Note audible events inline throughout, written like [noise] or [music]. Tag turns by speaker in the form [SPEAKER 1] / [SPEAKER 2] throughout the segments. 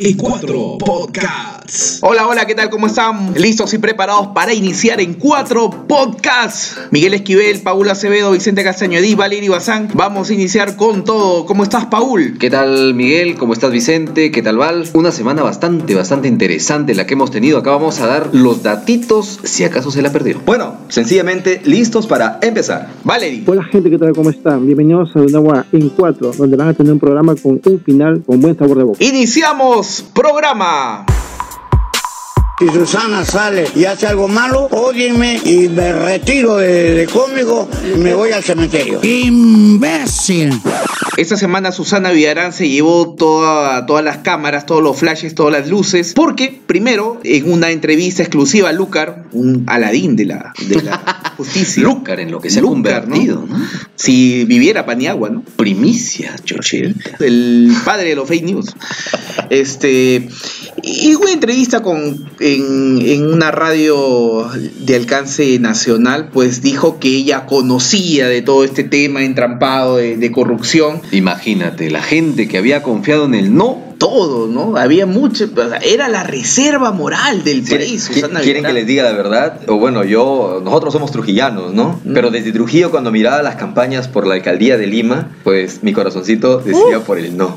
[SPEAKER 1] y 4 Podcasts.
[SPEAKER 2] Hola, hola, ¿qué tal? ¿Cómo están? ¿Listos y preparados para iniciar en cuatro podcasts? Miguel Esquivel, Paul Acevedo, Vicente Castaño y Valery Bazán. Vamos a iniciar con todo. ¿Cómo estás, Paul?
[SPEAKER 3] ¿Qué tal Miguel? ¿Cómo estás Vicente? ¿Qué tal Val? Una semana bastante, bastante interesante la que hemos tenido. Acá vamos a dar los datitos si acaso se la perdió.
[SPEAKER 4] Bueno, sencillamente listos para empezar.
[SPEAKER 2] Valery.
[SPEAKER 5] Hola Pues gente, ¿qué tal? ¿Cómo están? Bienvenidos a Dunagua en 4, donde van a tener un programa con un final con buen sabor de boca.
[SPEAKER 2] Iniciamos programa.
[SPEAKER 6] Si Susana sale y hace algo malo, odienme y me retiro de, de cómico y me voy al cementerio. ¡Imbécil!
[SPEAKER 2] Esta semana Susana Villarán se llevó toda- todas las cámaras, todos los flashes, todas las luces, porque primero, en una entrevista exclusiva a Lucar, un aladín de la, de
[SPEAKER 3] [laughs]
[SPEAKER 2] la justicia,
[SPEAKER 3] Lúcar en lo que se ha
[SPEAKER 2] Lúcar, ¿no?
[SPEAKER 3] convertido, ¿no?
[SPEAKER 2] si viviera Paniagua, ¿no?
[SPEAKER 3] Primicia, chochita.
[SPEAKER 2] el padre de los fake news. Este, y una entrevista con, en, en una radio de alcance nacional, pues dijo que ella conocía de todo este tema entrampado de, de corrupción.
[SPEAKER 3] Imagínate, la gente que había confiado en el no.
[SPEAKER 2] Todo, ¿no? Había mucho. o sea, Era la reserva moral del país.
[SPEAKER 4] ¿Qui-
[SPEAKER 2] Susana
[SPEAKER 4] ¿Quieren que
[SPEAKER 2] Villarán.
[SPEAKER 4] les diga la verdad? O bueno, yo, nosotros somos trujillanos, ¿no?
[SPEAKER 2] Mm.
[SPEAKER 4] Pero desde Trujillo, cuando miraba las campañas por la alcaldía de Lima, pues mi corazoncito decía por el no.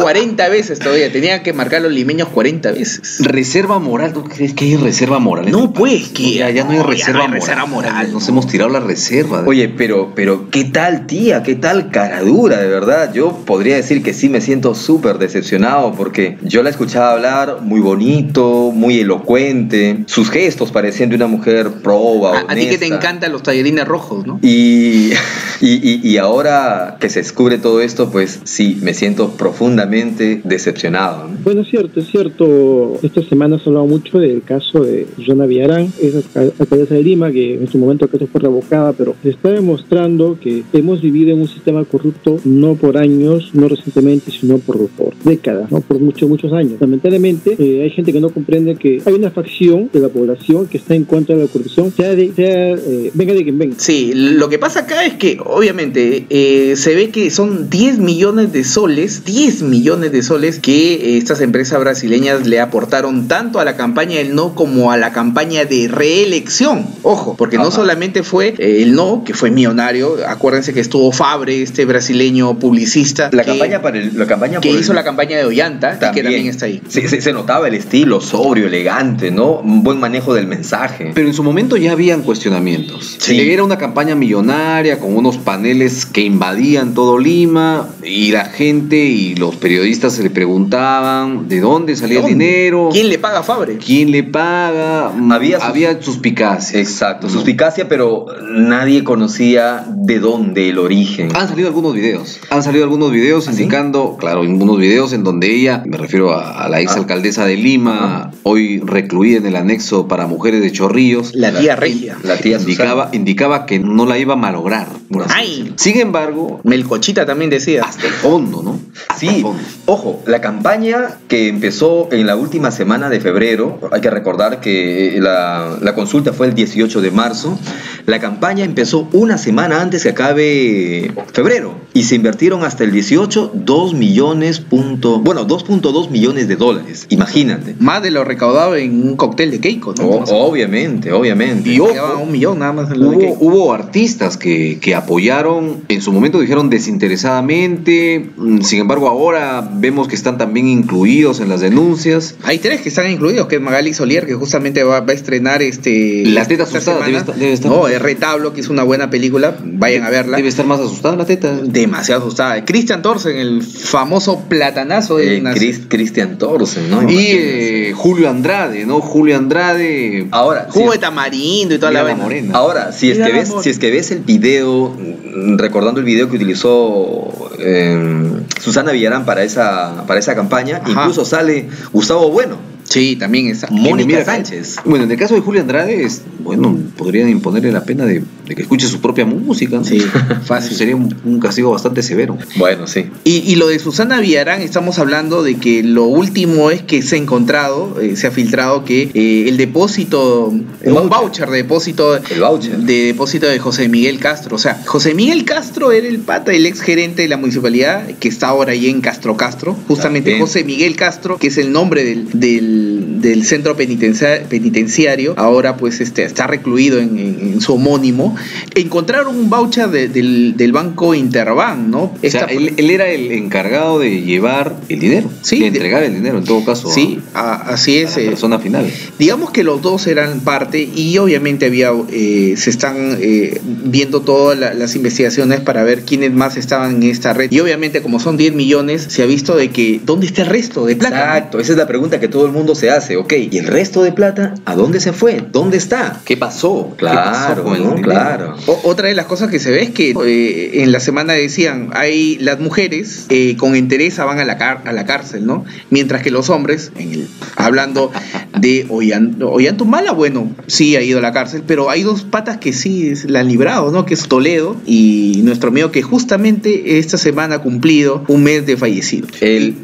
[SPEAKER 2] 40 veces todavía. Tenían que marcar los limeños 40 veces.
[SPEAKER 3] Reserva moral, ¿tú crees que hay reserva moral? en
[SPEAKER 2] No,
[SPEAKER 3] este
[SPEAKER 2] pues,
[SPEAKER 3] país?
[SPEAKER 2] que-
[SPEAKER 3] ya, ya no hay
[SPEAKER 2] no, ya
[SPEAKER 3] reserva
[SPEAKER 2] no hay
[SPEAKER 3] moral.
[SPEAKER 2] reserva moral.
[SPEAKER 3] Nos hemos tirado la reserva.
[SPEAKER 4] Oye, pero, pero, ¿qué tal tía? ¿Qué tal caradura, de verdad? Yo podría decir que sí me siento súper decepcionado porque yo la escuchaba hablar muy bonito, muy elocuente, sus gestos parecían de una mujer proba,
[SPEAKER 2] A,
[SPEAKER 4] honesta.
[SPEAKER 2] a ti que te encantan los tallerines rojos, ¿no?
[SPEAKER 4] Y, [laughs] y, y- y ahora que se descubre todo esto, pues sí, me siento profundamente decepcionado. ¿no?
[SPEAKER 5] Bueno, es cierto, es cierto. Esta semana se ha hablado mucho del caso de Susana Villarán, esa alca- alcaldesa de Lima, que en su momento el caso fue revocada, pero se está demostrando que hemos vivido en un sistema corrupto no por años, no recientemente, sino por, por décadas, ¿no? por muchos, muchos años. Lamentablemente eh, hay gente que no comprende que hay una facción de la población que está en contra de la corrupción, sea, de, sea, eh, venga de quien venga.
[SPEAKER 2] Sí, lo que pasa acá es que obviamente eh, se ve que son 10 millones de soles, 10 millones de soles que eh, estas empresas brasileñas le aportaron tanto a la campaña del no como a la campaña de reelección. Ojo, porque no
[SPEAKER 4] Ajá.
[SPEAKER 2] solamente fue eh, el no, que fue millonario, acuérdense que estuvo Fabre, este brasileño publicista,
[SPEAKER 4] La
[SPEAKER 2] que,
[SPEAKER 4] campaña para el, la campaña
[SPEAKER 2] que
[SPEAKER 4] por
[SPEAKER 2] hizo
[SPEAKER 4] el-
[SPEAKER 2] la campaña de Ollanta, y que también está ahí.
[SPEAKER 4] Se, se- se notaba el estilo sobrio, elegante, ¿no? Un buen manejo del mensaje.
[SPEAKER 3] Pero en su momento ya habían cuestionamientos. Eh,
[SPEAKER 4] Sí.
[SPEAKER 3] Era una campaña millonaria con unos paneles que invadían todo Lima y la gente y los periodistas se le preguntaban de dónde salía el
[SPEAKER 2] ¿Dónde?
[SPEAKER 3] dinero,
[SPEAKER 2] ¿Quién le paga a Fabre?
[SPEAKER 3] quién le paga. mm,
[SPEAKER 4] Había
[SPEAKER 3] Había,
[SPEAKER 4] sus-
[SPEAKER 3] suspicacias.
[SPEAKER 4] Exacto,
[SPEAKER 3] ¿no?
[SPEAKER 4] suspicacia, pero nadie conocía de dónde el origen.
[SPEAKER 3] Han
[SPEAKER 2] Ah,
[SPEAKER 3] salido algunos videos. Han salido algunos videos
[SPEAKER 4] ¿Ah, sí?
[SPEAKER 3] indicando, claro, algunos videos en donde ella, me refiero a, a
[SPEAKER 4] Ah.
[SPEAKER 3] la ex alcaldesa de Lima, hoy recluida en el anexo para mujeres de Chorrillos.
[SPEAKER 2] La tía regia.
[SPEAKER 4] La tía
[SPEAKER 3] indicaba, indicaba que no la iba a malograr. por así
[SPEAKER 2] Ay.
[SPEAKER 3] decirlo. Sin embargo,
[SPEAKER 2] Melcochita también decía.
[SPEAKER 3] hasta el fondo, ¿no? Hasta el
[SPEAKER 4] Sí,
[SPEAKER 3] fondo.
[SPEAKER 4] ojo, la campaña que empezó en la última semana de febrero, hay que recordar que eh, la, la consulta fue el 18 de marzo, la campaña empezó una semana antes que acabe febrero y se invirtieron hasta el 18 2 millones punto, bueno, 2.2 millones de dólares, imagínate.
[SPEAKER 2] Más de lo recaudado en un cóctel de Keiko, ¿no?
[SPEAKER 4] O- obviamente, obviamente.
[SPEAKER 2] Y
[SPEAKER 3] Oh, ojo,
[SPEAKER 2] un millón nada más en lo de
[SPEAKER 3] Hubo,
[SPEAKER 2] Keiko.
[SPEAKER 3] hubo artistas que, que apoyaron, en su momento dijeron desinteresadamente, mm, sin embargo ahora vemos que están también incluidos en las denuncias.
[SPEAKER 2] Hay tres que están incluidos, que es Magali Solier, que justamente va, va a estrenar este...
[SPEAKER 3] La teta
[SPEAKER 2] esta
[SPEAKER 3] asustada,
[SPEAKER 2] semana.
[SPEAKER 3] debe estar- debe estar-
[SPEAKER 2] No, el retablo, que es una buena película, vayan a verla.
[SPEAKER 3] Debe estar más asustada la teta.
[SPEAKER 2] Demasiado asustada. Cristian Torsen, el famoso platanazo de
[SPEAKER 4] Eh,
[SPEAKER 2] una-
[SPEAKER 4] Chris- Christian Thorsen, ¿no?
[SPEAKER 3] Y
[SPEAKER 4] Imagínense.
[SPEAKER 3] eh, Julio Andrade, ¿no? Julio Andrade.
[SPEAKER 4] ahora, sí.
[SPEAKER 2] Jugo de tamarindo y toda la
[SPEAKER 3] Mira la
[SPEAKER 2] vaina.
[SPEAKER 3] morena.
[SPEAKER 4] Ahora, si es,
[SPEAKER 2] Mira
[SPEAKER 4] que
[SPEAKER 2] el
[SPEAKER 4] ves,
[SPEAKER 2] amor.
[SPEAKER 4] si es que ves el video, mm, recordando el video que utilizó eh, Susana Villarán para esa, para esa campaña,
[SPEAKER 2] Ajá.
[SPEAKER 4] incluso sale Gustavo Bueno.
[SPEAKER 2] Sí, también está.
[SPEAKER 4] Mónica
[SPEAKER 3] mira,
[SPEAKER 4] Sánchez.
[SPEAKER 3] Bueno, en el caso de Julio Andrade, es, bueno, podrían imponerle la pena de, de de que escuche su propia música. [laughs]
[SPEAKER 2] Sí,
[SPEAKER 3] fácil. Sería un, un castigo bastante severo.
[SPEAKER 4] Bueno, sí.
[SPEAKER 2] Y, y lo de Susana Villarán, estamos hablando de que lo último es que se ha encontrado, eh, se ha filtrado que eh, el depósito, un voucher de depósito,
[SPEAKER 4] El voucher.
[SPEAKER 2] de depósito de José Miguel Castro. O sea, José Miguel Castro era el pata, el ex gerente de la municipalidad que está ahora ahí en Castro Castro. Justamente
[SPEAKER 4] También.
[SPEAKER 2] José Miguel Castro, que es el nombre del, del, del centro penitencia- penitenciario, ahora pues este, está recluido en, en- en su homónimo. Encontraron un voucher de- del, del banco Interbank, ¿no?
[SPEAKER 3] O sea,
[SPEAKER 2] Esta-
[SPEAKER 3] él, él era el encargado de llevar el dinero,
[SPEAKER 2] Sí,
[SPEAKER 3] de
[SPEAKER 2] de-
[SPEAKER 3] entregar el dinero en todo caso. ¿ah?
[SPEAKER 2] Sí,
[SPEAKER 3] a-
[SPEAKER 2] a- así
[SPEAKER 3] a
[SPEAKER 2] es.
[SPEAKER 3] la
[SPEAKER 2] eh,
[SPEAKER 3] persona final.
[SPEAKER 2] digamos que los dos eran parte y obviamente había eh, se están eh, viendo todas la- las investigaciones para ver quiénes más estaban en esta red y obviamente como son 10 millones se ha visto de que dónde está el resto de plata
[SPEAKER 4] Exacto, esa es la pregunta que todo el mundo se hace, ok. ¿Y el resto de plata a dónde se fue? ¿Dónde está?
[SPEAKER 3] ¿Qué pasó?
[SPEAKER 4] Claro,
[SPEAKER 3] con el
[SPEAKER 4] ¿no?
[SPEAKER 3] dinero?
[SPEAKER 4] claro.
[SPEAKER 2] O- otra de las cosas que se ve es que eh, en la semana decían, hay las mujeres eh, con entereza van a la, car- a la cárcel, ¿no? Mientras que los hombres, en el- hablando de Ollan- Ollantumala, bueno, sí ha ido a la cárcel, pero hay dos patas que sí es- la han librado, ¿no? Que es Toledo y nuestro amigo que justamente esta semana ha cumplido un mes de fallecido.
[SPEAKER 4] El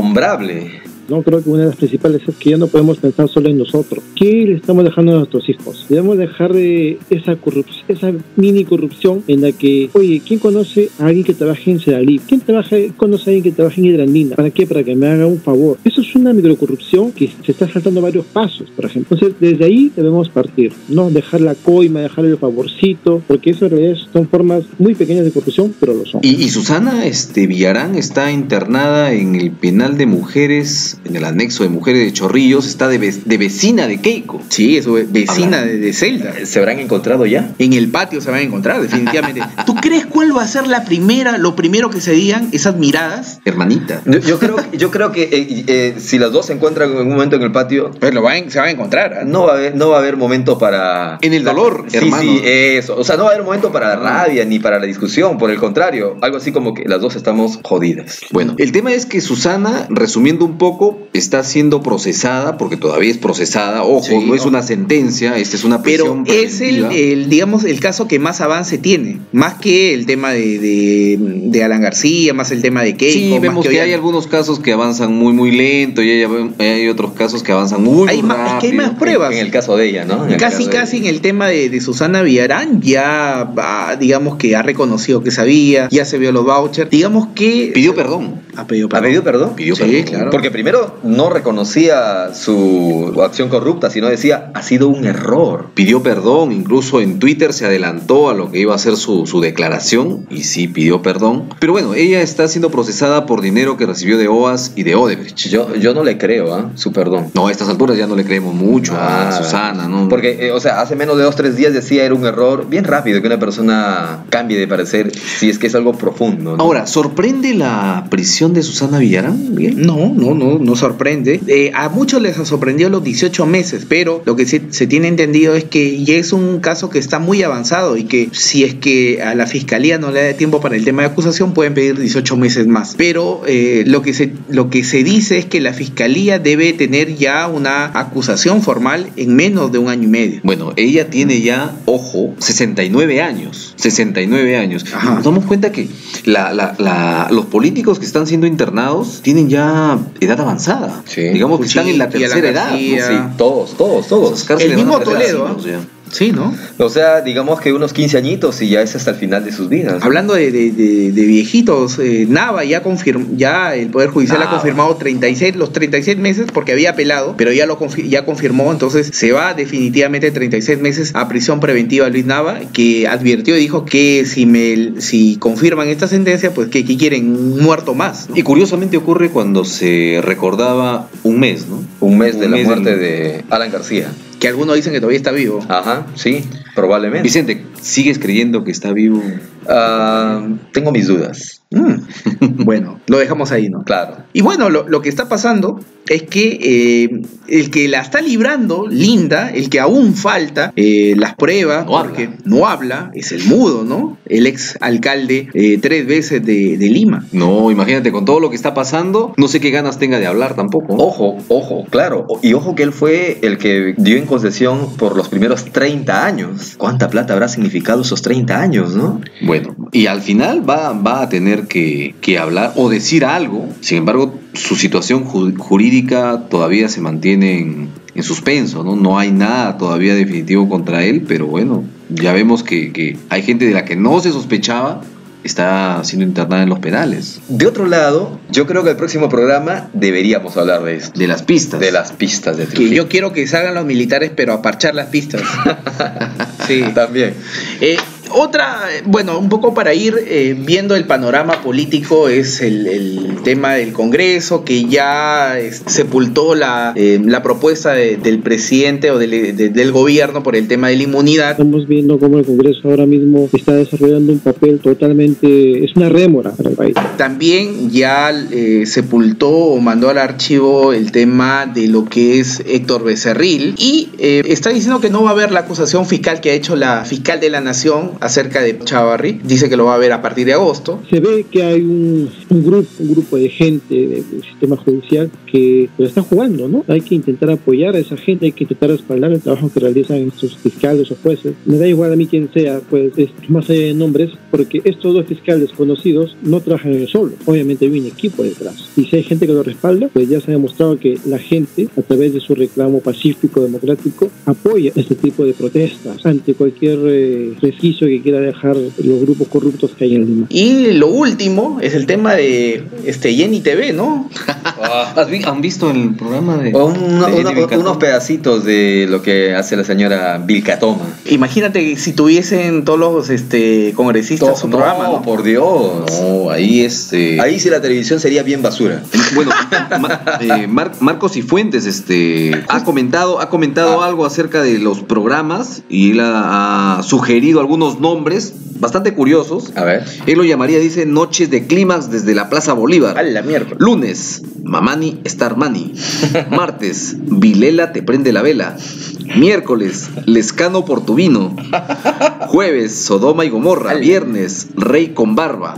[SPEAKER 4] innombrable.
[SPEAKER 5] No, creo que una de las principales es que ya no podemos pensar solo en nosotros. ¿Qué le estamos dejando a nuestros hijos? Debemos dejar de esa corrupción, esa mini corrupción en la que, oye, ¿quién conoce a alguien que trabaje en Ceralí? ¿Quién trabaja, conoce a alguien que trabaje en Hidrandina? ¿Para qué? Para que me haga un favor. Eso es una microcorrupción que se está saltando varios pasos, por ejemplo. Entonces, desde ahí debemos partir, ¿no? Dejar la coima, dejar el favorcito, porque eso en realidad son formas muy pequeñas de corrupción, pero lo son.
[SPEAKER 3] Y, y Susana este, Villarán está internada en el penal de mujeres, en el anexo de mujeres de Chorrillos, está de, ve- de vecina de Keiko.
[SPEAKER 2] Sí, es vecina
[SPEAKER 3] Habla.
[SPEAKER 2] de, de Celda.
[SPEAKER 4] ¿Se habrán encontrado ya?
[SPEAKER 2] En el patio se van a encontrar, definitivamente. ¿Tú crees cuál va a ser la primera, lo primero que se digan, esas miradas?
[SPEAKER 3] Hermanita.
[SPEAKER 4] Yo, yo creo, yo creo que eh, eh, si las dos se encuentran en un momento en el patio,
[SPEAKER 2] Pues lo van, se van a encontrar. ¿ah?
[SPEAKER 4] no va a haber, no va a haber momento para...
[SPEAKER 3] En el dolor,
[SPEAKER 4] Sí,
[SPEAKER 3] hermano.
[SPEAKER 4] sí, eso. O sea, no va a haber momento para la rabia ni para la discusión. Por el contrario, algo así como que las dos estamos jodidas.
[SPEAKER 3] Bueno, el tema es que Susana, resumiendo un poco, está siendo procesada, porque todavía es procesada, ojo,
[SPEAKER 2] Sí,
[SPEAKER 3] no es
[SPEAKER 2] ojo.
[SPEAKER 3] una sentencia, esta es una
[SPEAKER 2] Pero
[SPEAKER 3] prisión
[SPEAKER 2] es el, eh,
[SPEAKER 3] preventiva.
[SPEAKER 2] el, digamos, el caso que más avance tiene. Más que el tema de, de, de Alan García, más el tema de Keiko.
[SPEAKER 3] Sí,
[SPEAKER 2] más
[SPEAKER 3] vemos que,
[SPEAKER 2] hoy
[SPEAKER 3] hay
[SPEAKER 2] hay-
[SPEAKER 3] algunos casos que avanzan muy, muy lento y hay, hay otros casos que avanzan muy,
[SPEAKER 2] Hay
[SPEAKER 3] muy
[SPEAKER 2] más- es que hay
[SPEAKER 3] rápido.
[SPEAKER 2] más pruebas.
[SPEAKER 4] En el caso de ella, ¿no? En el
[SPEAKER 2] Casi,
[SPEAKER 4] caso de
[SPEAKER 2] casi en
[SPEAKER 4] ella.
[SPEAKER 2] el tema de, de Susana Villarán, ya ah, digamos que ha reconocido que sabía, ya se vio los vouchers. Digamos que.
[SPEAKER 3] Pidió perdón.
[SPEAKER 2] Ha pedido
[SPEAKER 4] ¿Ha
[SPEAKER 2] perdón.
[SPEAKER 4] pedido perdón?
[SPEAKER 3] Pidió
[SPEAKER 2] Sí,
[SPEAKER 3] perdón.
[SPEAKER 2] claro.
[SPEAKER 4] Porque primero no reconocía su acción corrupta, sino decía, ha sido un error.
[SPEAKER 3] Pidió perdón, incluso en Twitter se adelantó a lo que iba a ser su, su declaración y sí pidió perdón. Pero bueno, ella está siendo procesada por dinero que recibió de OAS y de Odebrecht.
[SPEAKER 4] Yo, yo no le creo, ¿ah? Su perdón.
[SPEAKER 3] No, a estas alturas ya no le creemos mucho a
[SPEAKER 4] Ah,
[SPEAKER 3] Susana, ¿no?
[SPEAKER 4] Porque, eh, o sea, hace menos de dos, tres días decía era un error. Bien rápido que una persona cambie de parecer si es que es algo profundo. ¿no?
[SPEAKER 3] Ahora, ¿sorprende la prisión de Susana Villarán, Miguel?
[SPEAKER 4] Mm.
[SPEAKER 2] No, no, no, no sorprende. Eh, a muchos les ha sorprendido los 18 meses, pero lo que se, se tiene entendido es que ya es un caso que está muy avanzado y que si es que a la fiscalía no le da tiempo para el tema de acusación, pueden pedir 18 meses más. Pero eh, lo, que se, lo que se dice es que la fiscalía debe tener ya una acusación formal en menos de un año y medio.
[SPEAKER 3] Bueno, ella tiene ya, ojo, 69 años. 69 años.
[SPEAKER 2] Ajá.
[SPEAKER 3] Nos damos cuenta que la- la- la- los políticos que están siendo internados tienen ya edad avanzada.
[SPEAKER 4] Sí.
[SPEAKER 3] Digamos que están en la
[SPEAKER 2] Cuchilla,
[SPEAKER 3] tercera
[SPEAKER 2] Alan
[SPEAKER 3] edad. ¿no?
[SPEAKER 2] García.
[SPEAKER 3] Sí.
[SPEAKER 4] Ah, Todos, todos,
[SPEAKER 3] Las
[SPEAKER 4] todos.
[SPEAKER 3] cárceles
[SPEAKER 2] El mismo
[SPEAKER 3] van a ser
[SPEAKER 2] Toledo,
[SPEAKER 3] así,
[SPEAKER 4] ¿eh?
[SPEAKER 2] ¿ah?
[SPEAKER 3] ¿no? O sea,
[SPEAKER 2] Sí, ¿no?
[SPEAKER 4] O sea, digamos que unos 15 añitos y ya es hasta el final de sus vidas.
[SPEAKER 2] Hablando de, de- de- de viejitos, eh, Nava ya confirmó, ya el Poder Judicial ha
[SPEAKER 3] Nava.
[SPEAKER 2] confirmado 36, los 36 meses porque había apelado, pero ya lo confi- ya confirmó, entonces se va definitivamente 36 meses a prisión preventiva Luis Nava, que advirtió y dijo que si me si confirman esta sentencia, pues que, que quieren un muerto más. ¿no?
[SPEAKER 3] Y curiosamente ocurre cuando se recordaba un mes, ¿no?
[SPEAKER 4] Un mes de
[SPEAKER 3] Un
[SPEAKER 4] la
[SPEAKER 3] mes
[SPEAKER 4] muerte
[SPEAKER 3] del-
[SPEAKER 4] de Alan García.
[SPEAKER 2] Que algunos dicen que todavía está vivo.
[SPEAKER 4] Ajá, sí, probablemente.
[SPEAKER 3] Vicente, ¿sigues creyendo que está vivo?
[SPEAKER 4] Ah, tengo mis dudas.
[SPEAKER 2] Mm. [laughs] bueno, lo dejamos ahí, ¿no?
[SPEAKER 4] Claro.
[SPEAKER 2] Y bueno, lo, lo que está pasando es que eh, el que la está librando, Linda, el que aún falta eh, las pruebas,
[SPEAKER 3] No habla.
[SPEAKER 2] porque no habla, es el mudo, ¿no? El ex alcalde eh, tres veces de, de Lima.
[SPEAKER 3] No, imagínate, con todo lo que está pasando, no sé qué ganas tenga de hablar tampoco. ¿no?
[SPEAKER 4] Ojo, ojo, claro. O- Y ojo que él fue el que dio en en concesión por los primeros 30 años. ¿Cuánta plata habrá significado esos 30 años, no?
[SPEAKER 3] Bueno, y al final va, va a tener que, que hablar o decir algo. Sin embargo, su situación ju- jurídica todavía se mantiene en, en suspenso, ¿no? No hay nada todavía definitivo contra él, pero bueno, ya vemos que, que hay gente de la que no se sospechaba está siendo internada en los penales.
[SPEAKER 4] De otro lado, yo creo que el próximo programa deberíamos hablar de esto.
[SPEAKER 3] De las pistas.
[SPEAKER 4] De las pistas de
[SPEAKER 2] Que
[SPEAKER 4] Trujillo.
[SPEAKER 2] yo quiero que salgan los militares, pero a parchar las pistas. Sí.
[SPEAKER 4] También.
[SPEAKER 2] Eh, otra, eh, bueno, un poco para ir eh, viendo el panorama político es el, el tema del Congreso, que ya eh, sepultó la, eh, la propuesta de- del presidente o del, de- del gobierno por el tema de la inmunidad.
[SPEAKER 5] Estamos viendo cómo el Congreso ahora mismo está desarrollando un papel totalmente, es una rémora para el país.
[SPEAKER 2] También ya eh, sepultó o mandó al archivo el tema de lo que es Héctor Becerril y eh, está diciendo que no va a haber la acusación fiscal que ha hecho la fiscal de la nación acerca de Chavarri. Dice que lo va a ver a partir de agosto.
[SPEAKER 5] Se ve que hay un, un grupo, un grupo de gente de- del sistema judicial que lo está jugando, ¿no? Hay que intentar apoyar a esa gente, hay que intentar respaldar el trabajo que realizan estos fiscales o jueces. Me da igual a mí quién sea, pues es más allá de nombres, porque estos dos fiscales conocidos no trabajan ellos solos. Obviamente hay un equipo detrás. Y si hay gente que lo respalda, pues ya se ha demostrado que la gente, a través de su reclamo pacífico, democrático, apoya este tipo de protestas ante cualquier eh, resquicio que quiera dejar los grupos corruptos que hay en Lima.
[SPEAKER 2] Y lo último es el tema de este Jenny TV, ¿no?
[SPEAKER 3] Ah, ¿Has vi- ¿Han visto el programa de.?
[SPEAKER 4] O un-
[SPEAKER 3] de
[SPEAKER 4] una-
[SPEAKER 3] Jenny Vilcatón?
[SPEAKER 4] unos pedacitos de lo que hace la señora Vilcatoma.
[SPEAKER 2] Imagínate si tuviesen todos los este congresistas su
[SPEAKER 4] no,
[SPEAKER 2] programa, ¿no?
[SPEAKER 4] por Dios.
[SPEAKER 3] No, ahí este.
[SPEAKER 4] Ahí sí la televisión sería bien basura.
[SPEAKER 3] Bueno, Ma- eh, Mar- Marcos y Fuentes este, ha comentado, ha comentado
[SPEAKER 4] Ah.
[SPEAKER 3] algo acerca de los programas y él ha, ha sugerido algunos nombres bastante curiosos.
[SPEAKER 4] A ver.
[SPEAKER 3] Él lo llamaría, dice, Noches de Clímax desde la Plaza
[SPEAKER 2] A
[SPEAKER 3] Bolívar.
[SPEAKER 2] la mierda.
[SPEAKER 3] Lunes, Mamani
[SPEAKER 2] [laughs]
[SPEAKER 3] Starmani. Martes, Vilela te prende la vela. Miércoles, Lescano por tu vino. Jueves, Sodoma y Gomorra. Viernes, Rey con barba.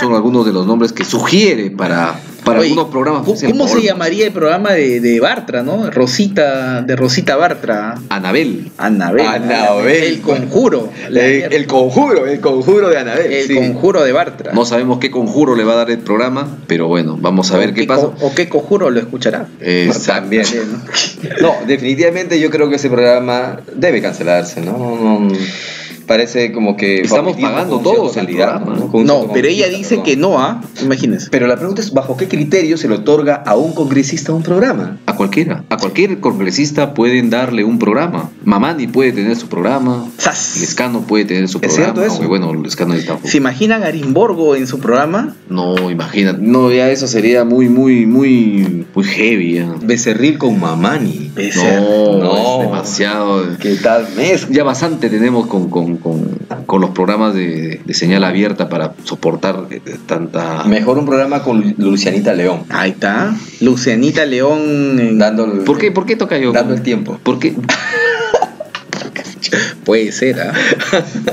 [SPEAKER 3] Son algunos de los nombres que sugiere para, para
[SPEAKER 2] Oye,
[SPEAKER 3] algunos programas.
[SPEAKER 2] ¿Cómo, cómo se llamaría el programa de, de Bartra, no? Rosita, de Rosita Bartra.
[SPEAKER 3] Anabel.
[SPEAKER 2] Anabel.
[SPEAKER 4] Anabel.
[SPEAKER 2] El conjuro.
[SPEAKER 4] El,
[SPEAKER 2] La mierda.
[SPEAKER 4] el conjuro, el conjuro de
[SPEAKER 2] El
[SPEAKER 4] Anabel. ¿eh? sí.
[SPEAKER 2] conjuro de Bartra.
[SPEAKER 3] No sabemos qué conjuro le va a dar el programa, pero bueno, vamos a ver qué pasa.
[SPEAKER 2] co- O qué conjuro lo escuchará.
[SPEAKER 3] Exacto.
[SPEAKER 4] También. No, definitivamente yo creo que ese programa debe cancelarse, ¿no? No, no, Parece como que.
[SPEAKER 3] Estamos
[SPEAKER 4] favoritismo
[SPEAKER 3] pagando
[SPEAKER 4] con cierto
[SPEAKER 3] todos el
[SPEAKER 4] candidato,
[SPEAKER 3] programa.
[SPEAKER 4] ¿no? Con un
[SPEAKER 2] No,
[SPEAKER 4] cierto
[SPEAKER 2] pero ella
[SPEAKER 4] congresista,
[SPEAKER 2] dice
[SPEAKER 4] perdón.
[SPEAKER 2] que no, ¿ah? Imagínense.
[SPEAKER 4] Pero la pregunta es: ¿bajo qué criterio se le otorga a un congresista un programa?
[SPEAKER 3] A cualquiera, a cualquier congresista pueden darle un programa. Mamani puede tener su programa,
[SPEAKER 2] ¡Sas!
[SPEAKER 3] Lescano puede tener su
[SPEAKER 4] ¿Es
[SPEAKER 3] programa.
[SPEAKER 4] cierto eso?
[SPEAKER 3] aunque bueno, Lescano está
[SPEAKER 2] ¿Se imaginan a Arimborgo en su programa?
[SPEAKER 3] No, imagínate. No, ya eso sería muy, muy, muy, muy heavy. ya.
[SPEAKER 4] Becerril con Mamani.
[SPEAKER 3] No,
[SPEAKER 4] No.
[SPEAKER 3] es demasiado.
[SPEAKER 4] Eh, ¿Qué tal mezcla?
[SPEAKER 3] Ya bastante tenemos con, con, con, con los programas de, de señal abierta para soportar eh, tanta.
[SPEAKER 4] Mejor un programa con Lu- Lucianita León.
[SPEAKER 2] Ahí está. Lucianita León. en-
[SPEAKER 4] Dando el,
[SPEAKER 3] ¿Por qué, ¿Por qué toca yo?
[SPEAKER 4] Dando el tiempo.
[SPEAKER 3] ¿Por qué? [laughs]
[SPEAKER 2] Puede ser, ¿ah?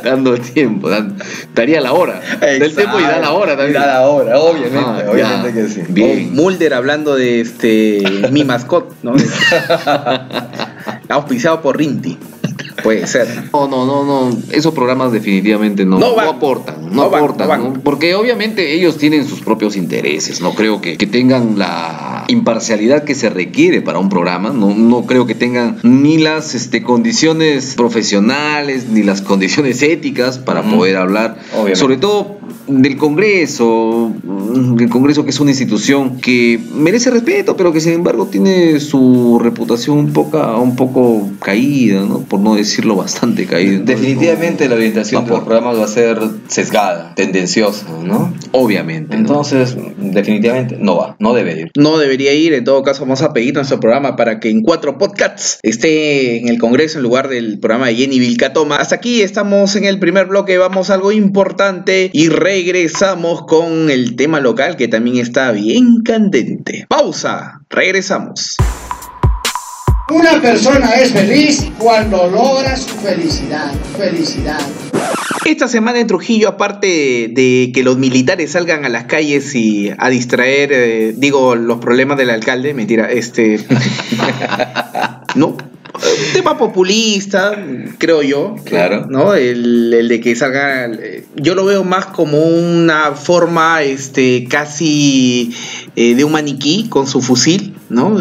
[SPEAKER 3] dando el tiempo, dan- daría la hora. Da el tiempo y da la hora también.
[SPEAKER 4] Y da la hora, obviamente.
[SPEAKER 3] Ajá,
[SPEAKER 4] obviamente
[SPEAKER 3] ya.
[SPEAKER 4] que sí.
[SPEAKER 3] Bien.
[SPEAKER 2] O Mulder hablando de este mi mascot, ¿no? Auspiciado por Rinti. Puede ser.
[SPEAKER 3] No, no, no, no. Esos programas definitivamente no,
[SPEAKER 2] No
[SPEAKER 3] no
[SPEAKER 2] van.
[SPEAKER 3] aportan, no,
[SPEAKER 2] No van,
[SPEAKER 3] aportan,
[SPEAKER 2] no van.
[SPEAKER 3] ¿no? porque obviamente ellos tienen sus propios intereses. No creo que, que tengan la imparcialidad que se requiere para un programa. No, no creo que tengan ni las este, condiciones profesionales ni las condiciones éticas para
[SPEAKER 4] Ujú.
[SPEAKER 3] poder hablar,
[SPEAKER 4] Obviamente.
[SPEAKER 3] sobre todo del Congreso, mm, del Congreso que es una institución que merece respeto, pero que sin embargo tiene su reputación un poco, un poco caída, ¿no? por no decirlo bastante caída. Entonces,
[SPEAKER 4] Eh, Definitivamente la orientación de los
[SPEAKER 3] Vapor.
[SPEAKER 4] programas va a ser sesgada, tendenciosa, ¿no?
[SPEAKER 3] no, obviamente. ¿no?
[SPEAKER 4] Entonces, definitivamente no va, no debe ir.
[SPEAKER 2] No debería ir, en todo caso vamos a pedir nuestro programa para que en cuatro podcasts esté en el Congreso en lugar del programa de Jenny Vilcatoma. Hasta aquí estamos en el primer bloque, vamos a algo importante y regresamos con el tema local que también está bien candente. Pausa, regresamos.
[SPEAKER 7] Una persona es feliz cuando logra su felicidad, felicidad.
[SPEAKER 2] Esta semana en Trujillo, aparte de que los militares salgan a las calles y a distraer, eh, digo, los problemas del alcalde, mentira, este... [laughs] no, un tema populista, creo yo.
[SPEAKER 3] Claro.
[SPEAKER 2] ¿No? El, el de que salga. eh, Yo lo veo más como una forma este, casi eh, de un maniquí con su fusil, ¿no?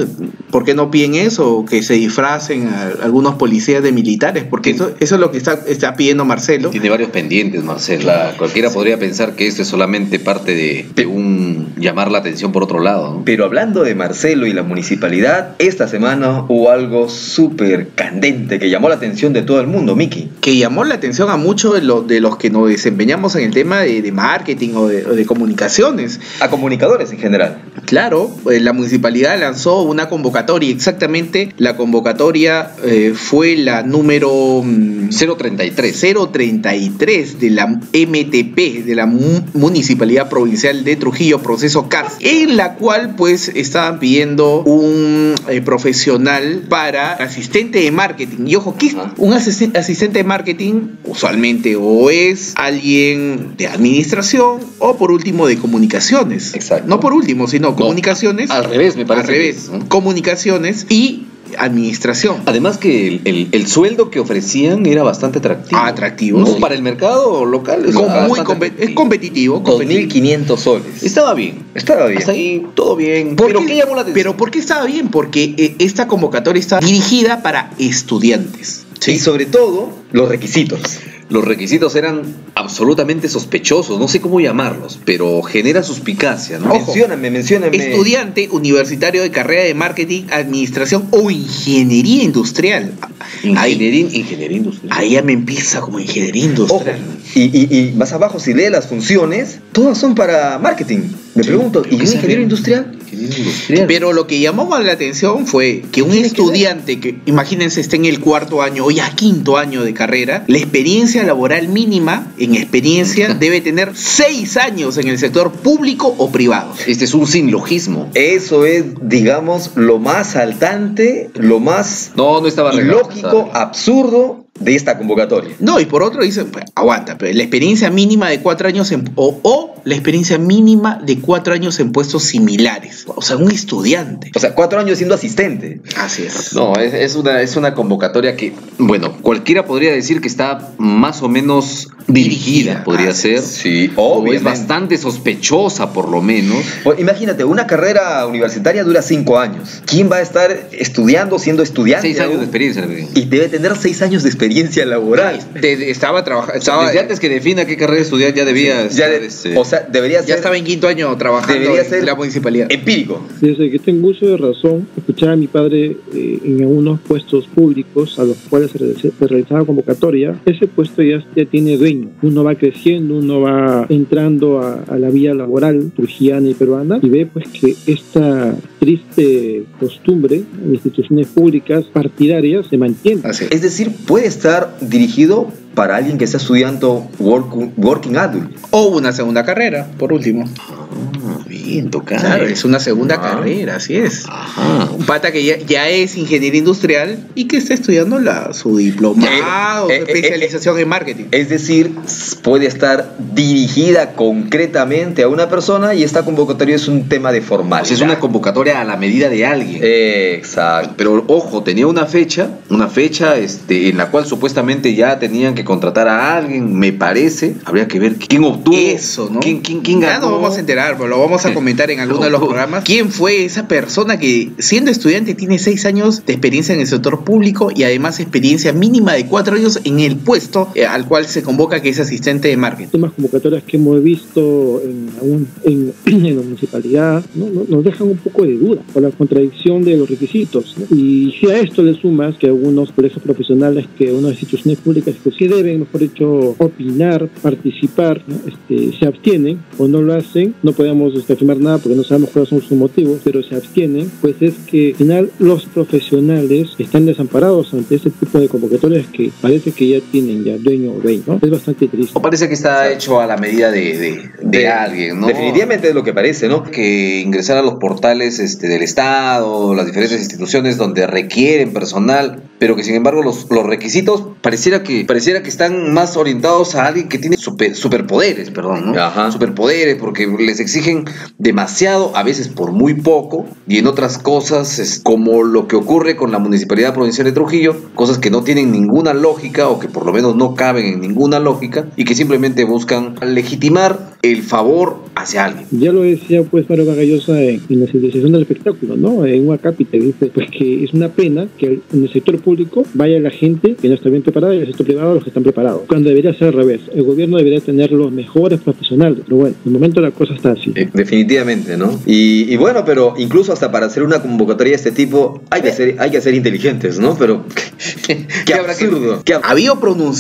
[SPEAKER 2] ¿Por qué no piden eso? Que se disfracen a algunos policías de militares, porque
[SPEAKER 3] Sí.
[SPEAKER 2] eso, eso es lo que está, está pidiendo Marcelo.
[SPEAKER 3] Tiene varios pendientes, Marcela. Cualquiera podría pensar que esto es solamente parte de, de un llamar la atención por otro lado. ¿no?
[SPEAKER 4] Pero hablando de Marcelo y la municipalidad, esta semana hubo algo súper candente que llamó la atención de todo el mundo, Miki.
[SPEAKER 2] que llamó la atención a muchos de los, de los que nos desempeñamos en el tema de, de marketing o de, o de comunicaciones.
[SPEAKER 4] A comunicadores en general.
[SPEAKER 2] Claro, eh, la municipalidad lanzó una convocatoria, exactamente la convocatoria eh, fue la número mm,
[SPEAKER 3] 033.
[SPEAKER 2] 033 de la MTP, de la Mu- Municipalidad Provincial de Trujillo, proceso CARS, en la cual pues estaban pidiendo un eh, profesional para asistente de marketing. Y ojo, ¿qué es
[SPEAKER 3] Ajá.
[SPEAKER 2] un asisten- asistente de marketing? Usualmente o es alguien de administración o por último de comunicaciones.
[SPEAKER 4] Exacto.
[SPEAKER 2] No por último, sino comunicaciones.
[SPEAKER 3] Al revés, me parece.
[SPEAKER 2] Al revés,
[SPEAKER 3] que es, ¿no? Ah,
[SPEAKER 2] comunicaciones y administración.
[SPEAKER 3] Además que el, el- el sueldo que ofrecían era bastante atractivo.
[SPEAKER 2] Ah, atractivo,
[SPEAKER 3] ¿No?
[SPEAKER 2] sí.
[SPEAKER 3] Para el mercado local.
[SPEAKER 2] Con-
[SPEAKER 3] era
[SPEAKER 2] muy
[SPEAKER 3] bastante
[SPEAKER 2] compe- es
[SPEAKER 3] atractivo.
[SPEAKER 2] competitivo, competitivo.
[SPEAKER 4] 2.500 soles.
[SPEAKER 3] Estaba bien.
[SPEAKER 4] Estaba bien.
[SPEAKER 3] Hasta ahí todo bien.
[SPEAKER 2] ¿Por
[SPEAKER 3] Pero ¿qué llamó la atención?
[SPEAKER 2] pero ¿por qué estaba bien? Porque eh, esta convocatoria está dirigida para estudiantes.
[SPEAKER 4] Y sobre todo, los requisitos.
[SPEAKER 3] Los requisitos eran absolutamente sospechosos, no sé cómo llamarlos, pero genera suspicacia, ¿no?
[SPEAKER 2] Ojo.
[SPEAKER 4] Mencióname, mencióname.
[SPEAKER 2] Estudiante universitario de carrera de marketing, administración o ingeniería industrial. Ahí,
[SPEAKER 3] Ingeniería, ingeniería industrial.
[SPEAKER 2] ahí ya me empieza como ingeniería
[SPEAKER 4] Ojo,
[SPEAKER 2] industrial.
[SPEAKER 4] y, y- y más abajo, si lees las funciones, todas son para marketing. Me pregunto, ¿y un
[SPEAKER 3] que sea
[SPEAKER 4] ingeniero
[SPEAKER 3] bien.
[SPEAKER 4] industrial?
[SPEAKER 3] Ingeniería industrial.
[SPEAKER 2] Pero lo que llamó más la atención fue que un estudiante que, imagínense, está en el cuarto año o ya quinto año de carrera, la experiencia laboral mínima en
[SPEAKER 3] [laughs]
[SPEAKER 2] experiencia debe tener seis años en el sector público o privado.
[SPEAKER 3] este es un sinlogismo.
[SPEAKER 4] Eso es, digamos, lo más saltante, lo más
[SPEAKER 3] No, no estaba arreglado, estaba
[SPEAKER 4] ilógico,
[SPEAKER 3] arreglado.
[SPEAKER 4] absurdo de esta convocatoria.
[SPEAKER 2] No, y por otro dicen, pues, aguanta, pero la experiencia mínima de cuatro años en- o, o la experiencia mínima de cuatro años en puestos similares. O sea, un estudiante.
[SPEAKER 4] O sea, cuatro años siendo asistente.
[SPEAKER 2] Así es.
[SPEAKER 3] No, es, es una, es una convocatoria que, bueno, cualquiera podría decir que está más o menos dirigida,
[SPEAKER 2] Dirigida,
[SPEAKER 3] podría
[SPEAKER 2] ah,
[SPEAKER 3] ser.
[SPEAKER 4] Sí,
[SPEAKER 3] O es
[SPEAKER 4] obviamente.
[SPEAKER 3] bastante sospechosa, por lo menos.
[SPEAKER 4] Pues imagínate, una carrera universitaria dura cinco años. ¿Quién va a estar estudiando, siendo
[SPEAKER 2] Ah,
[SPEAKER 4] estudiante?
[SPEAKER 3] Seis años de
[SPEAKER 4] aún?
[SPEAKER 3] experiencia. le pedí.
[SPEAKER 4] Y debe tener seis años de experiencia laboral.
[SPEAKER 2] Desde- estaba trabajando,
[SPEAKER 3] Desde antes que defina qué carrera estudiar ya debía
[SPEAKER 4] Ya
[SPEAKER 3] estar,
[SPEAKER 4] de-
[SPEAKER 3] este,
[SPEAKER 4] o sea, debería ser
[SPEAKER 2] ya estaba en quinto año trabajando
[SPEAKER 4] Debería
[SPEAKER 2] en
[SPEAKER 4] ser-
[SPEAKER 2] la municipalidad.
[SPEAKER 4] empírico.
[SPEAKER 5] Desde que tengo uso de razón, escuchaba a mi padre eh, en algunos puestos públicos a los cuales se realiza- se realizaba convocatoria. Ese puesto ya, ya tiene dueño. Uno va creciendo, uno va entrando a, a la vía laboral turgiana y peruana y ve pues que esta triste costumbre en instituciones públicas partidarias se mantiene.
[SPEAKER 2] Así es.
[SPEAKER 4] Es decir, puede estar dirigido para alguien que está estudiando work- Working Adult.
[SPEAKER 2] O una segunda carrera, por último.
[SPEAKER 3] Ah, bien tocado.
[SPEAKER 2] Claro, es una segunda
[SPEAKER 4] Ah.
[SPEAKER 2] carrera, así es.
[SPEAKER 3] Ajá.
[SPEAKER 2] Un pata que ya, ya es ingeniería industrial y que está estudiando la, su diplomado,
[SPEAKER 4] Eh, eh,
[SPEAKER 2] su
[SPEAKER 4] eh,
[SPEAKER 2] especialización en marketing.
[SPEAKER 4] Es decir, s- puede estar dirigida concretamente a una persona y esta convocatoria es un tema de
[SPEAKER 3] O sea,
[SPEAKER 4] formalidad.
[SPEAKER 3] pues, es una convocatoria a la medida de alguien.
[SPEAKER 4] Exacto.
[SPEAKER 3] Pero ojo, tenía una fecha, una fecha este, en la cual supuestamente ya tenían que contratar a alguien, me parece. Habría que ver quién obtuvo.
[SPEAKER 2] Eso, ¿no?
[SPEAKER 3] ¿Quién, quién, quién
[SPEAKER 2] ya
[SPEAKER 3] ganó?
[SPEAKER 2] nos vamos a enterar, pero lo vamos a comentar en alguno de los programas. ¿Quién fue esa persona que, siendo estudiante, tiene seis años de experiencia en el sector público y además experiencia mínima de cuatro años en el puesto eh, al cual se convoca que es asistente de marketing?
[SPEAKER 5] temas convocatorias que hemos visto en, algún- en, [clears throat] en la municipalidad ¿no? No- nos dejan un poco de duda por la contradicción de los requisitos. ¿no? Y si a esto le sumas que algunos colegios profesionales, que unas instituciones públicas que sí deben, mejor dicho, opinar, participar, ¿no? este, se abstienen o no lo hacen, no podemos este, afirmar nada porque no sabemos cuáles son sus motivos, pero se abstienen, pues es que al final los profesionales están desamparados ante este tipo de convocatorias que parece que ya tienen ya dueño o dueño. ¿no? Es bastante triste.
[SPEAKER 3] O parece que está hecho a la medida de, de- de
[SPEAKER 4] De-
[SPEAKER 3] alguien, ¿no?
[SPEAKER 4] Definitivamente es lo que parece, ¿no?
[SPEAKER 3] que ingresar a los portales este, del Estado, las diferentes instituciones donde requieren personal pero que sin embargo los, los requisitos pareciera que, pareciera que están más orientados a alguien que tiene super- superpoderes, perdón, ¿no?
[SPEAKER 4] Ajá.
[SPEAKER 3] Superpoderes, porque les exigen demasiado, a veces por muy poco, y en otras cosas, es como lo que ocurre con la Municipalidad Provincial de Trujillo, cosas que no tienen ninguna lógica o que por lo menos no caben en ninguna lógica y que simplemente buscan legitimar el favor hacia alguien.
[SPEAKER 5] Ya lo decía pues Mario Vargallosa en, en la civilización del espectáculo, ¿no? En una cápita dice pues que es una pena que en el sector público vaya la gente que no está bien preparada y en el sector privado los que están preparados. Cuando debería ser al revés. El gobierno debería tener los mejores profesionales. Pero bueno, de momento la cosa está así.
[SPEAKER 4] Eh, Definitivamente, ¿no? Y, y bueno, pero incluso hasta para hacer una convocatoria de este tipo hay que ser, hay que ser inteligentes, ¿no? Pero [laughs] qué,
[SPEAKER 2] habrá que-
[SPEAKER 4] absurdo. qué ab-
[SPEAKER 2] Había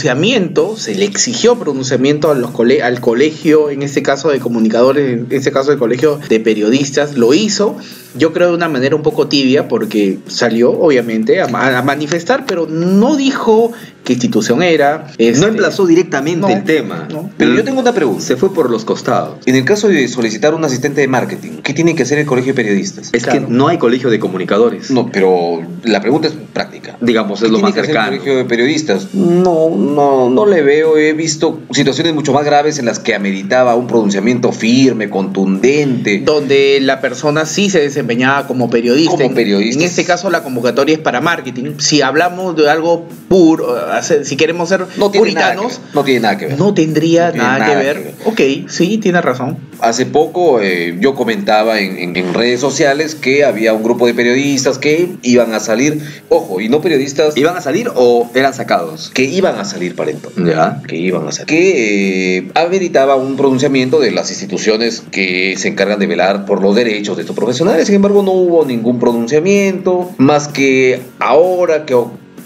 [SPEAKER 2] pronunciamiento, se le exigió pronunciamiento a los cole- al colegio, en este caso de comunicadores, en este caso del colegio de periodistas, lo hizo, yo creo de una manera un poco tibia, porque salió obviamente a, ma- a manifestar, pero no dijo qué institución era. este,
[SPEAKER 4] no emplazó directamente
[SPEAKER 2] no,
[SPEAKER 4] el tema.
[SPEAKER 2] no.
[SPEAKER 3] Pero yo tengo una pregunta.
[SPEAKER 4] Se fue por los costados.
[SPEAKER 3] En el caso de solicitar un asistente de marketing, ¿qué tiene que hacer el colegio de periodistas?
[SPEAKER 4] Es
[SPEAKER 2] Claro.
[SPEAKER 4] que no hay colegio de comunicadores.
[SPEAKER 3] No, pero la pregunta es práctica.
[SPEAKER 4] Digamos, es
[SPEAKER 3] ¿Qué
[SPEAKER 4] lo
[SPEAKER 3] tiene
[SPEAKER 4] más
[SPEAKER 3] que hacer el
[SPEAKER 4] cercano.
[SPEAKER 3] colegio de periodistas? No, no, no le veo. He visto situaciones mucho más graves en las que ameritaba un pronunciamiento firme, contundente.
[SPEAKER 2] donde la persona sí se desempeñaba como periodista.
[SPEAKER 3] Como
[SPEAKER 2] En-
[SPEAKER 3] periodista.
[SPEAKER 2] En este caso la convocatoria es para marketing. Si hablamos de algo puro, eh, hace- si queremos ser
[SPEAKER 3] No tiene, nada que ver,
[SPEAKER 2] puritanos,
[SPEAKER 3] no tiene nada [laughs] que ver.
[SPEAKER 2] no tendría
[SPEAKER 3] No tiene
[SPEAKER 2] nada, que,
[SPEAKER 3] nada
[SPEAKER 2] ver. Ok, sí, tiene razón.
[SPEAKER 3] Hace poco eh, yo comentaba en, en- en redes sociales que había un grupo de periodistas que iban a salir, ojo, y no periodistas
[SPEAKER 4] ¿Iban a salir o eran sacados?
[SPEAKER 3] que iban a salir para entonces.
[SPEAKER 4] Ya.
[SPEAKER 3] que iban a hacer, que eh, habilitaba un pronunciamiento de las instituciones que se encargan de velar por los derechos de estos profesionales. Sin embargo, no hubo ningún pronunciamiento, más que ahora que,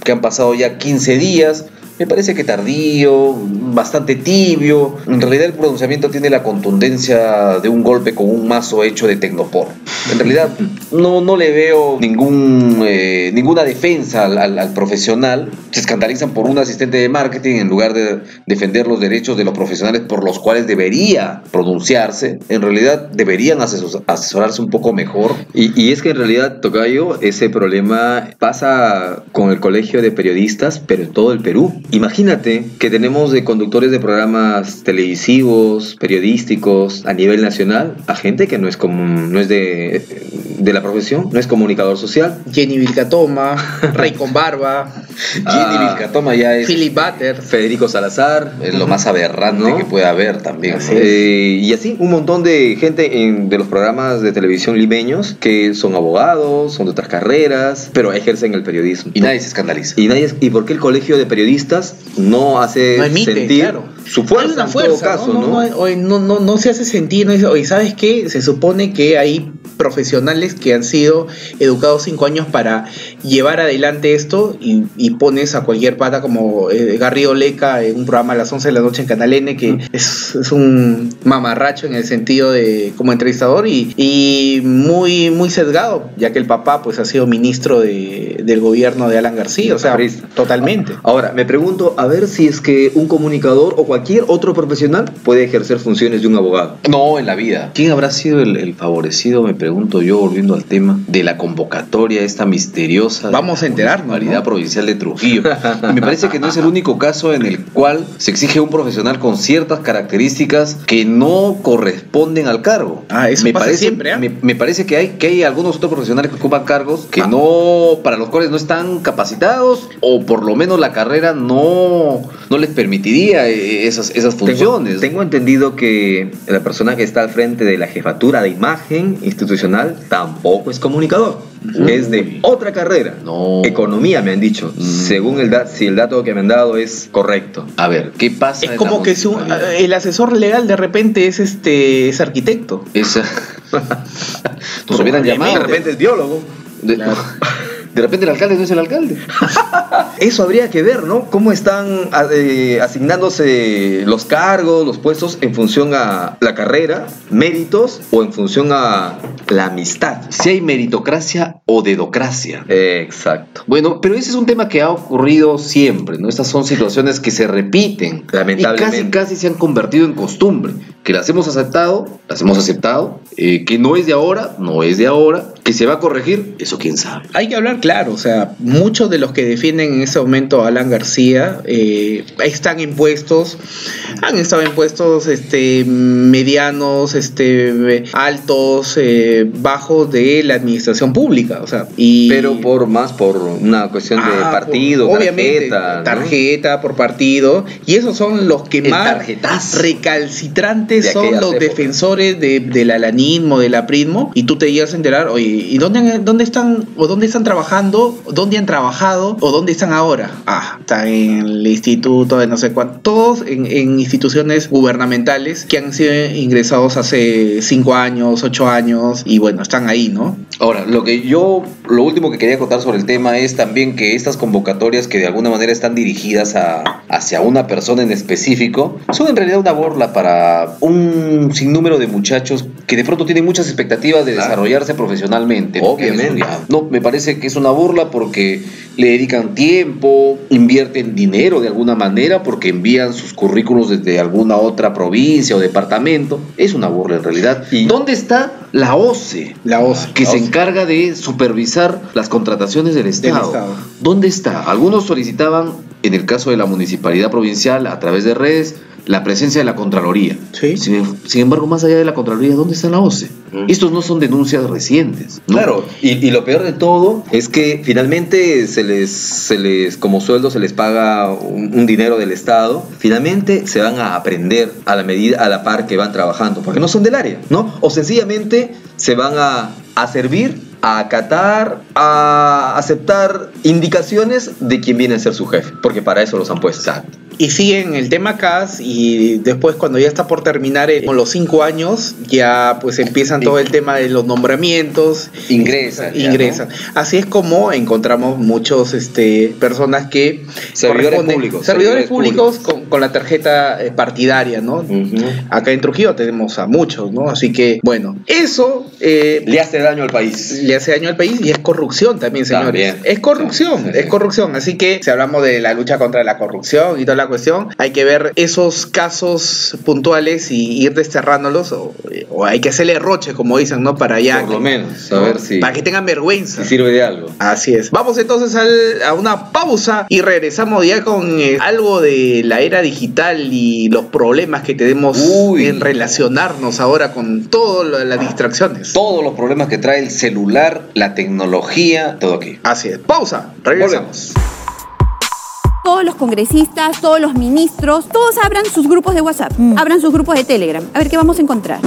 [SPEAKER 3] que han pasado ya 15 días. Me parece que tardío, bastante tibio. En realidad el pronunciamiento tiene la contundencia de un golpe con un mazo hecho de tecnopor. En realidad no, no le veo ningún, eh, ninguna defensa al, al- al profesional. Se escandalizan por un asistente de marketing en lugar de defender los derechos de los profesionales por los cuales debería pronunciarse. En realidad deberían asesos- asesorarse un poco mejor.
[SPEAKER 4] Y, y es que en realidad, Tocayo, ese problema pasa con el colegio de periodistas, pero en todo el Perú. Imagínate que tenemos de conductores de programas televisivos, periodísticos, a nivel nacional, a gente que no es, común, no es de, de la profesión, no es comunicador social.
[SPEAKER 2] Jenny Vilcatoma, Rey con Barba,
[SPEAKER 3] Jenny
[SPEAKER 4] Ah.
[SPEAKER 3] Vilcatoma ya es
[SPEAKER 2] Philip Butters.
[SPEAKER 4] Federico Salazar,
[SPEAKER 3] es lo más aberrante
[SPEAKER 4] ¿No?
[SPEAKER 3] que puede haber también. ¿no?
[SPEAKER 4] Eh, y así un montón de gente en- de los programas de televisión limeños que son abogados, son de otras carreras, pero ejercen el periodismo.
[SPEAKER 3] Y nadie se escandaliza.
[SPEAKER 4] Y, nadie, ¿Y por qué el colegio de periodistas no hace
[SPEAKER 2] No emite,
[SPEAKER 4] sentir
[SPEAKER 2] claro.
[SPEAKER 4] su fuerza,
[SPEAKER 2] Hay una
[SPEAKER 4] en
[SPEAKER 2] fuerza,
[SPEAKER 4] todo caso,
[SPEAKER 2] ¿no?
[SPEAKER 4] ¿no?
[SPEAKER 2] No, no, oye, no- no- no se hace sentir, no dice, oye, ¿sabes qué? Se supone que hay profesionales que han sido educados cinco años para llevar adelante esto y, y pones a cualquier pata como eh, Garrido Leca en un programa a las 11 de la noche en Canal N
[SPEAKER 4] Mm.
[SPEAKER 2] que es, es un mamarracho en el sentido de como entrevistador y, y muy muy sesgado ya que el papá pues ha sido ministro de- del gobierno de Alan García o sea
[SPEAKER 4] Caprista.
[SPEAKER 2] totalmente
[SPEAKER 4] Ahora, me pregunto a ver si es que un comunicador o cualquier otro profesional puede ejercer funciones de un abogado.
[SPEAKER 3] No, en la vida. ¿Quién habrá sido el, el favorecido, me pregunto yo, volviendo al tema, de la convocatoria esta
[SPEAKER 4] ah,
[SPEAKER 3] misteriosa? de
[SPEAKER 2] Vamos a enterarnos,
[SPEAKER 3] La Municipalidad
[SPEAKER 2] ¿no?
[SPEAKER 3] Provincial de Trujillo. Y me parece que no es el único caso en el cual se exige un profesional con ciertas características que no corresponden al cargo.
[SPEAKER 2] Ah, eso
[SPEAKER 3] me
[SPEAKER 2] pasa
[SPEAKER 3] parece,
[SPEAKER 2] siempre, ¿ah?
[SPEAKER 3] me, me parece que hay, que hay algunos otros profesionales que ocupan cargos
[SPEAKER 2] Ah.
[SPEAKER 3] que no, para los cuales no están capacitados o por lo menos la carrera no, no les permitiría eh, esas, esas funciones.
[SPEAKER 4] Tengo, tengo entendido que la persona que está al frente de la jefatura de imagen institucional tampoco es comunicador. Es de otra carrera.
[SPEAKER 3] No.
[SPEAKER 4] Economía, me han dicho.
[SPEAKER 3] Mm.
[SPEAKER 4] Según el da- si el dato que me han dado es correcto.
[SPEAKER 3] A ver, ¿qué pasa?
[SPEAKER 2] Es
[SPEAKER 3] en
[SPEAKER 2] como
[SPEAKER 3] la
[SPEAKER 2] que si un- eh,
[SPEAKER 3] municipalidad?
[SPEAKER 2] el asesor legal de repente es este es arquitecto.
[SPEAKER 4] [laughs]
[SPEAKER 3] Esa. Nos hubieran llamado.
[SPEAKER 4] De repente es biólogo.
[SPEAKER 3] De, [laughs] de repente el alcalde no es el alcalde.
[SPEAKER 4] Eso habría que ver, ¿no? ¿Cómo están a- eh, asignándose los cargos, los puestos en función a la carrera, méritos o en función a la amistad?
[SPEAKER 3] Si hay meritocracia o dedocracia.
[SPEAKER 4] Exacto.
[SPEAKER 3] Bueno, pero ese es un tema que ha ocurrido siempre, ¿no? Estas son situaciones que se repiten.
[SPEAKER 4] Lamentablemente.
[SPEAKER 3] Y casi, casi se han convertido en costumbre. Que las hemos aceptado, las hemos aceptado. eh, que no es de ahora, no es de ahora. ¿Que se va a corregir? Eso quién sabe.
[SPEAKER 2] Hay que hablar claro, o sea, muchos de los que defienden en ese momento a Alan García eh, están impuestos, han estado impuestos este, medianos, este, altos, eh, bajos de la administración pública, o sea, y...
[SPEAKER 4] Pero por más por una cuestión de
[SPEAKER 2] Ah,
[SPEAKER 4] partido,
[SPEAKER 2] por- obviamente,
[SPEAKER 4] tarjeta. ¿no?
[SPEAKER 2] tarjeta, por partido, y esos son los que
[SPEAKER 4] El
[SPEAKER 2] más
[SPEAKER 4] tarjetazo.
[SPEAKER 2] recalcitrantes
[SPEAKER 4] De
[SPEAKER 2] son
[SPEAKER 4] aquellas
[SPEAKER 2] los
[SPEAKER 4] épocas.
[SPEAKER 2] defensores de- del alanismo, del aprismo, y tú te llegas a enterar, oye, ¿y dónde, han- dónde están, o dónde están trabajando, o dónde han trabajado, o dónde están ahora? Ah, están en el instituto de no sé cuánto, todos en, en instituciones gubernamentales que han sido ingresados hace cinco años, ocho años, y bueno, están ahí, ¿no?
[SPEAKER 3] Ahora, lo que yo, lo último que quería contar sobre el tema es también que estas convocatorias que de alguna manera están dirigidas a, hacia una persona en específico, son en realidad una borla para un sinnúmero de muchachos que de pronto tienen muchas expectativas de
[SPEAKER 4] Claro.
[SPEAKER 3] desarrollarse profesionalmente. lo que han
[SPEAKER 4] Obviamente.
[SPEAKER 3] estudiado. No, me parece que es una burla porque le dedican tiempo, invierten dinero de alguna manera porque envían sus currículos desde alguna otra provincia o departamento. Es una burla en realidad.
[SPEAKER 4] Y-
[SPEAKER 3] ¿Dónde está la OCE?
[SPEAKER 2] La OCE.
[SPEAKER 3] que
[SPEAKER 4] Ah, La
[SPEAKER 3] se
[SPEAKER 4] OCE.
[SPEAKER 3] encarga de supervisar las contrataciones del Estado.
[SPEAKER 2] Estado.
[SPEAKER 3] ¿Dónde está? Algunos solicitaban, en el caso de la municipalidad provincial, a través de redes, la presencia de la Contraloría.
[SPEAKER 2] Sí.
[SPEAKER 3] Sin, em, sin embargo, más allá de la Contraloría, ¿dónde está la OCE?
[SPEAKER 4] Mm.
[SPEAKER 3] Estos no son denuncias recientes. ¿no?
[SPEAKER 4] Claro, y, y lo peor de todo es que finalmente se les, se les, como sueldo se les paga un, un dinero del Estado, finalmente se van a aprender a la medida, a la par que van trabajando, porque no son del área, ¿no? O sencillamente se van a, a servir, a acatar, a aceptar indicaciones de quien viene a ser su jefe, porque para eso los han puesto.
[SPEAKER 2] Y siguen el tema CAS y después cuando ya está por terminar el- con los cinco años, ya pues empiezan todo el tema de los nombramientos,
[SPEAKER 4] Ingresan. ya, ¿no?
[SPEAKER 2] ingresan. Así es como encontramos muchos este, personas que...
[SPEAKER 4] Servidores
[SPEAKER 2] corresponden-
[SPEAKER 4] públicos,
[SPEAKER 2] Servidores
[SPEAKER 4] servidores Mm.
[SPEAKER 2] públicos con, con la tarjeta eh, partidaria, ¿no?
[SPEAKER 4] Ujú.
[SPEAKER 2] Acá en Trujillo tenemos a muchos, ¿no? Así que, bueno, eso eh,
[SPEAKER 4] Le hace daño al país.
[SPEAKER 2] le hace daño al país y es corrupción también, señores.
[SPEAKER 4] También.
[SPEAKER 2] Es corrupción,
[SPEAKER 4] Sí, sí, sí.
[SPEAKER 2] es corrupción. Así que si hablamos de la lucha contra la corrupción y toda la cuestión, hay que ver esos casos puntuales y ir desterrándolos o, o hay que hacerle roche, como dicen, ¿no? Para ya...
[SPEAKER 4] Por lo
[SPEAKER 2] que-
[SPEAKER 4] menos, a
[SPEAKER 2] ¿no?
[SPEAKER 4] ver si,
[SPEAKER 2] Para que tengan vergüenza.
[SPEAKER 4] si sirve de algo.
[SPEAKER 2] Así es. Vamos entonces al- a una pausa y regresamos ya con eh, algo de la era digital y los problemas que tenemos
[SPEAKER 3] Uy.
[SPEAKER 2] en relacionarnos ahora con todas las distracciones.
[SPEAKER 3] Todos los problemas que trae el celular, la tecnología, todo aquí.
[SPEAKER 2] Así es. Pausa. Regresamos.
[SPEAKER 8] Todos los congresistas, todos los ministros, todos abran sus grupos de WhatsApp, abran sus grupos de Telegram. A ver qué vamos a encontrar.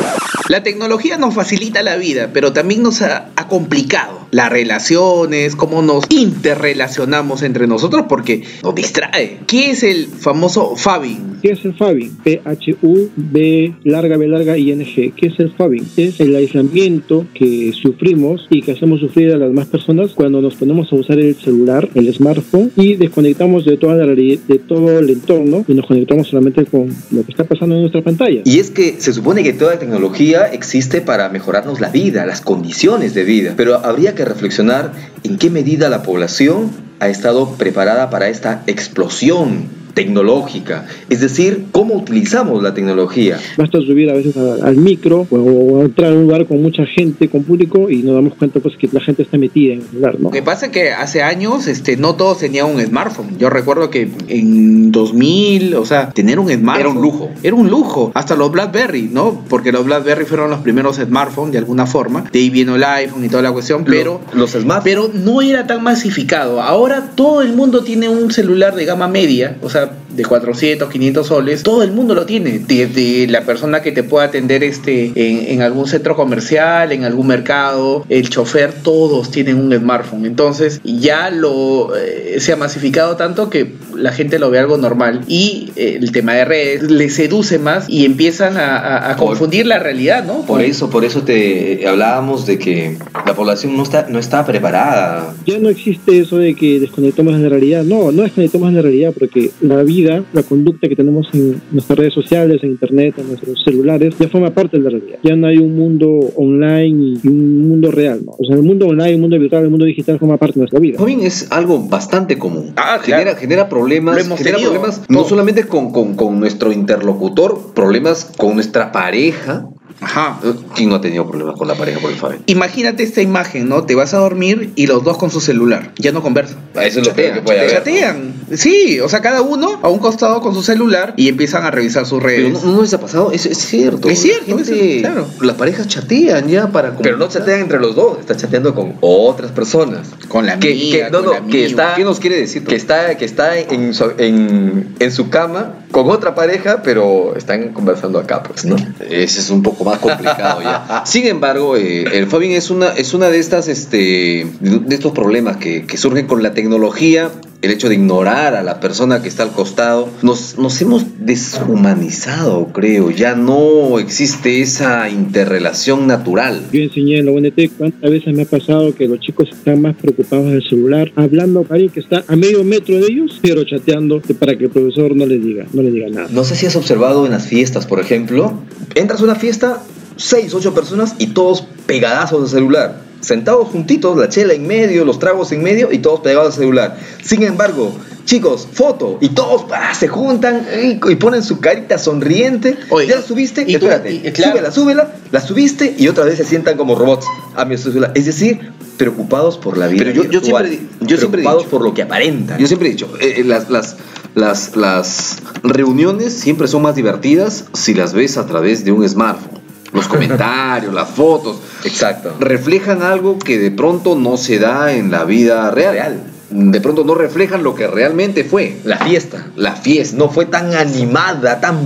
[SPEAKER 2] La tecnología nos facilita la vida, pero también nos ha, ha complicado las relaciones, cómo nos interrelacionamos entre nosotros, porque nos distrae. ¿Qué es el famoso Fabin?
[SPEAKER 5] ¿Qué es el Fabin? P-H-U-B larga B larga I-N-G. ¿Qué es el Fabin? Es el aislamiento que sufrimos y que hacemos sufrir a las demás personas cuando nos ponemos a usar el celular, el smartphone y desconectamos de toda la realidad, de todo el entorno y nos conectamos solamente con lo que está pasando en nuestra pantalla.
[SPEAKER 4] Y es que se supone que toda tecnología existe para mejorarnos la vida, las condiciones de vida, pero habría que reflexionar en qué medida la población ha estado preparada para esta explosión tecnológica, es decir, cómo utilizamos la tecnología.
[SPEAKER 5] Basta subir a veces a- al micro o, o entrar a un lugar con mucha gente, con público y nos damos cuenta pues que la gente está metida en el celular, ¿no?
[SPEAKER 2] Lo que pasa es que hace años este, no todos tenían un smartphone. Yo recuerdo que en 2000, o sea, tener un smartphone
[SPEAKER 3] Era un lujo.
[SPEAKER 2] Era un lujo. Hasta los BlackBerry, ¿no? Porque los BlackBerry fueron los primeros smartphones de alguna forma. De ahí vino el iPhone y toda la cuestión, pero...
[SPEAKER 4] los
[SPEAKER 2] Ah,
[SPEAKER 4] smartphones
[SPEAKER 2] pero no era tan masificado. Ahora todo el mundo tiene un celular de gama media, o sea, de 400, 500 soles. Todo el mundo lo tiene. Desde la persona que te pueda atender este, en, en algún centro comercial, en algún mercado, el chofer, todos tienen un smartphone. Entonces ya lo eh, se ha masificado tanto que la gente lo ve algo normal. Y eh, el tema de redes le seduce más y empiezan a, a- a
[SPEAKER 4] Por-
[SPEAKER 2] confundir la realidad, ¿no?
[SPEAKER 4] por eso, por eso te eh, hablábamos de que la población no está, no está preparada.
[SPEAKER 5] Ya no existe eso de que desconectamos de la realidad. No, no desconectamos de la realidad porque la vida, la conducta que tenemos en nuestras redes sociales, en internet, en nuestros celulares, ya forma parte de la realidad. Ya no hay un mundo online y un mundo real, ¿no? O sea, el mundo online, el mundo virtual, el mundo digital forma parte de nuestra vida.
[SPEAKER 3] Joven es algo bastante común.
[SPEAKER 2] Ah,
[SPEAKER 3] genera,
[SPEAKER 2] claro.
[SPEAKER 3] genera problemas,
[SPEAKER 2] Lo hemos
[SPEAKER 3] genera
[SPEAKER 2] tenido.
[SPEAKER 3] problemas
[SPEAKER 2] Todo.
[SPEAKER 3] no solamente con, con- con nuestro interlocutor, problemas con nuestra pareja,
[SPEAKER 2] Ajá.
[SPEAKER 3] ¿Quién no ha tenido problemas con la pareja por el Fabel?
[SPEAKER 2] Imagínate esta imagen, ¿no? Te vas a dormir y los dos con su celular. Ya no conversan.
[SPEAKER 4] Eso es lo peor que puede haber.
[SPEAKER 2] Chatean. Sí, o sea, cada uno a un costado con su celular y empiezan a revisar sus
[SPEAKER 3] Pero
[SPEAKER 2] redes.
[SPEAKER 3] no, no les ha pasado, es, es cierto.
[SPEAKER 2] Es cierto,
[SPEAKER 3] La
[SPEAKER 2] es- claro.
[SPEAKER 3] Las parejas chatean ya para.
[SPEAKER 4] Pero no
[SPEAKER 3] comunicar.
[SPEAKER 4] chatean entre los dos, está chateando con otras personas.
[SPEAKER 2] Con la
[SPEAKER 4] Que-
[SPEAKER 2] amiga,
[SPEAKER 4] que- no,
[SPEAKER 2] con
[SPEAKER 4] no,
[SPEAKER 2] la
[SPEAKER 4] que
[SPEAKER 2] amiga.
[SPEAKER 4] está-
[SPEAKER 3] ¿Qué nos quiere decir?
[SPEAKER 4] Que está, que está en, su, en, en su cama con otra pareja, pero están conversando acá, pues, ¿no?
[SPEAKER 3] Ese es un poco más complicado ya. [laughs] Sin embargo, eh, el Fabin es una, es una de estas, este, de estos problemas que, que surgen con la tecnología. El hecho de ignorar a la persona que está al costado, nos, nos hemos deshumanizado, creo. Ya no existe esa interrelación natural.
[SPEAKER 5] Yo enseñé en la UNT cuántas veces me ha pasado que los chicos están más preocupados del celular, hablando con alguien que está a medio metro de ellos, pero chateando que para que el profesor no les diga, no les diga nada.
[SPEAKER 4] No sé si has observado en las fiestas, por ejemplo, entras a una fiesta, seis, ocho personas y todos pegadazos al celular. Sentados juntitos, la chela en medio, los tragos en medio y todos pegados al celular. Sin embargo, chicos, foto y todos ah, se juntan y, y ponen su carita sonriente.
[SPEAKER 2] Oye,
[SPEAKER 4] ya la subiste,
[SPEAKER 2] y tú-
[SPEAKER 4] espérate,
[SPEAKER 2] y- claro.
[SPEAKER 4] súbela, súbela, la subiste y otra vez se sientan como robots a mi celular. Es decir, preocupados por la vida.
[SPEAKER 3] Pero yo- yo
[SPEAKER 4] virtual,
[SPEAKER 3] siempre di- yo siempre he
[SPEAKER 4] preocupados
[SPEAKER 3] dicho-
[SPEAKER 4] por lo que aparentan.
[SPEAKER 3] Yo siempre he dicho, eh, eh, las, las, las, las reuniones siempre son más divertidas si las ves a través de un smartphone. Los comentarios, las fotos,
[SPEAKER 4] Exacto.
[SPEAKER 3] reflejan algo que de pronto no se da en la vida real.
[SPEAKER 4] Real.
[SPEAKER 3] De pronto no reflejan lo que realmente fue.
[SPEAKER 4] La fiesta.
[SPEAKER 3] La fiesta.
[SPEAKER 4] pues, no fue tan animada, tan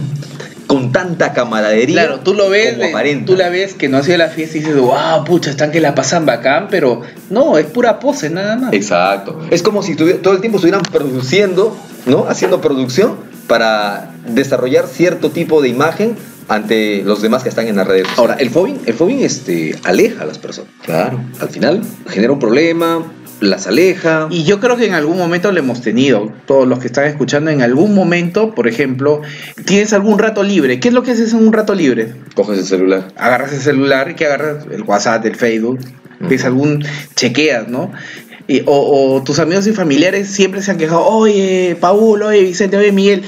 [SPEAKER 4] con tanta camaradería.
[SPEAKER 2] Claro, tú lo ves,
[SPEAKER 4] como
[SPEAKER 2] de-
[SPEAKER 4] aparenta.
[SPEAKER 2] tú la ves que no ha sido la fiesta y dices, wow, pucha, están que la pasan bacán, pero no, es pura pose nada más.
[SPEAKER 4] Exacto. Es como si tuvi- todo el tiempo estuvieran produciendo, ¿no? Haciendo producción para desarrollar cierto tipo de imagen ante los demás que están en las redes.
[SPEAKER 3] Ahora, el fobing, el phobing, este, aleja a las personas.
[SPEAKER 4] claro.
[SPEAKER 3] Al final, genera un problema, las aleja.
[SPEAKER 2] Y yo creo que en algún momento lo hemos tenido, todos los que están escuchando, en algún momento, por ejemplo, tienes algún rato libre. ¿Qué es lo que haces en un rato libre?
[SPEAKER 4] Coges el celular.
[SPEAKER 2] Agarras el celular, que agarras el WhatsApp, el Facebook, ves algún, chequeas, ¿no? Y- o, o tus amigos y familiares siempre se han quejado, oye, Paul, oye, Vicente, oye, Miguel,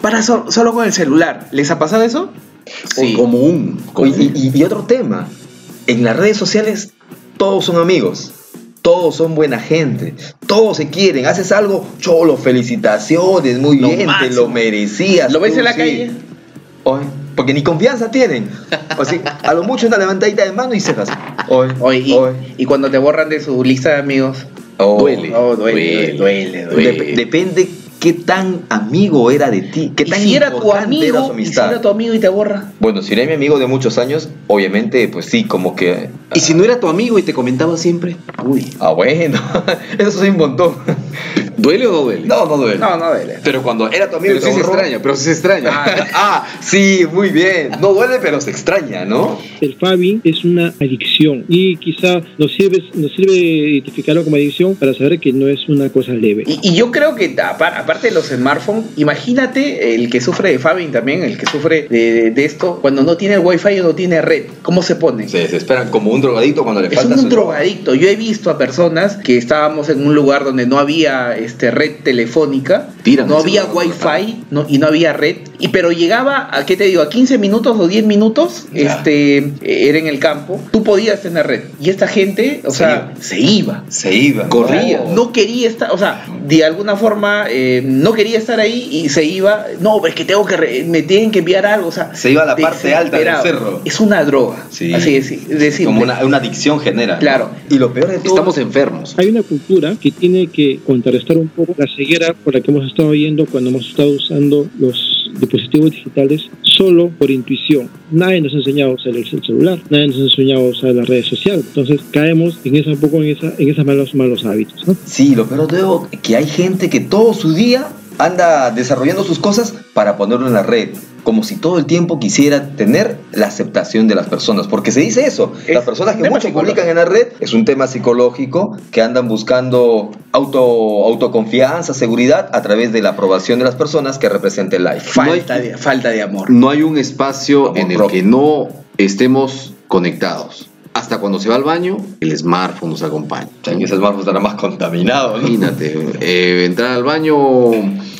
[SPEAKER 2] para so- solo con el celular. ¿Les ha pasado eso?
[SPEAKER 3] O Como un. como
[SPEAKER 4] Y,
[SPEAKER 3] un-
[SPEAKER 4] y- y otro tema. En las redes sociales todos son amigos. Todos son buena gente, todos se quieren, haces algo, cholo, felicitaciones, muy
[SPEAKER 2] Lo
[SPEAKER 4] bien, te
[SPEAKER 2] máximo.
[SPEAKER 4] lo merecías.
[SPEAKER 2] ¿Lo ves
[SPEAKER 4] tú,
[SPEAKER 2] en la
[SPEAKER 4] sí.
[SPEAKER 2] calle?
[SPEAKER 4] Oye, porque ni confianza tienen. O sea, a lo mucho una levantadita de mano y cejas. Oye,
[SPEAKER 2] Oye, y,
[SPEAKER 4] oye.
[SPEAKER 2] y cuando te borran de su lista de amigos,
[SPEAKER 4] Oh,
[SPEAKER 3] Duele.
[SPEAKER 2] no, duele, duele, duele.
[SPEAKER 3] Duele.
[SPEAKER 4] Dep- depende qué tan amigo era de ti, qué
[SPEAKER 2] Y
[SPEAKER 4] tan
[SPEAKER 2] si era tu
[SPEAKER 4] importante era su
[SPEAKER 2] amigo, y si
[SPEAKER 4] amistad.
[SPEAKER 2] era tu amigo y te borra.
[SPEAKER 4] Bueno, si era mi amigo de muchos años, obviamente, pues sí, como que.
[SPEAKER 3] Y si no era tu amigo y te comentaba siempre, uy,
[SPEAKER 4] Ah, bueno, [laughs] eso es un montón.
[SPEAKER 3] ¿duele o no duele?
[SPEAKER 4] No, no duele.
[SPEAKER 2] No, no duele.
[SPEAKER 3] Pero cuando era tu amigo,
[SPEAKER 4] Pero
[SPEAKER 3] sí se
[SPEAKER 4] borró.
[SPEAKER 3] extraña, pero sí se extraña.
[SPEAKER 4] Ah, ah, sí, muy bien. No duele, pero se extraña, ¿no?
[SPEAKER 5] El Fabi es una adicción y quizá nos sirve, nos sirve identificarlo como adicción para saber que no es una cosa leve.
[SPEAKER 2] Y, y yo creo que apa- aparte de los smartphones, imagínate el que sufre de Fabin también, el que sufre de, de- de esto, cuando no tiene wifi o no tiene red, ¿cómo se pone?
[SPEAKER 4] Se desesperan como un drogadito cuando le
[SPEAKER 2] Es
[SPEAKER 4] falta
[SPEAKER 2] un
[SPEAKER 4] su-
[SPEAKER 2] drogadicto. Yo he visto a personas que estábamos en un lugar donde no había este, red telefónica,
[SPEAKER 3] Tiran
[SPEAKER 2] no
[SPEAKER 3] el
[SPEAKER 2] había
[SPEAKER 3] celular,
[SPEAKER 2] wifi no, y no había red. Y, pero llegaba, a, ¿qué te digo? A 15 minutos o 10 minutos,
[SPEAKER 4] Ya.
[SPEAKER 2] este, eh, era en el campo, tú podías tener red. Y esta gente, o
[SPEAKER 4] Se
[SPEAKER 2] sea, se iba.
[SPEAKER 4] Se iba.
[SPEAKER 3] Corría.
[SPEAKER 4] No,
[SPEAKER 2] No quería estar, o sea, de alguna forma eh, no quería estar ahí y se iba. No, pero es que tengo que, re- me tienen que enviar algo, o sea.
[SPEAKER 4] Se iba a la parte alta del
[SPEAKER 2] desesperado.
[SPEAKER 4] cerro.
[SPEAKER 2] Es una droga.
[SPEAKER 4] Sí.
[SPEAKER 2] Así es, decir.
[SPEAKER 4] como una, una adicción genera. ¿no?
[SPEAKER 2] Claro.
[SPEAKER 4] Y lo peor de todo.
[SPEAKER 3] Estamos enfermos.
[SPEAKER 5] Hay una cultura que tiene que contrarrestar un poco la ceguera por la que hemos estado yendo cuando hemos estado usando los dispositivos digitales solo por intuición. Nadie nos ha enseñado a usar el celular, nadie nos ha enseñado a usar las redes sociales. Entonces caemos en esa, un poco en esa, en esos malos, malos hábitos. ¿no?
[SPEAKER 4] Sí, lo peor de todo que hay gente que todo su día anda desarrollando sus cosas para ponerlo en la red. Como si todo el tiempo quisiera tener la aceptación de las personas. Porque se dice eso.
[SPEAKER 2] Es
[SPEAKER 4] las personas
[SPEAKER 2] un
[SPEAKER 4] que
[SPEAKER 2] tema
[SPEAKER 4] mucho publican
[SPEAKER 2] psicológico.
[SPEAKER 4] en la red es un tema psicológico que andan buscando auto, autoconfianza, seguridad a través de la aprobación de las personas que representa el like.
[SPEAKER 2] falta, de, falta de amor.
[SPEAKER 3] No hay un espacio
[SPEAKER 4] Como
[SPEAKER 3] en el
[SPEAKER 4] propio.
[SPEAKER 3] que no estemos conectados. Hasta cuando se va al baño, el smartphone nos acompaña.
[SPEAKER 4] O sea, que ese smartphone estará más contaminado, ¿no?
[SPEAKER 3] Imagínate,
[SPEAKER 4] eh,
[SPEAKER 3] eh, entrar al baño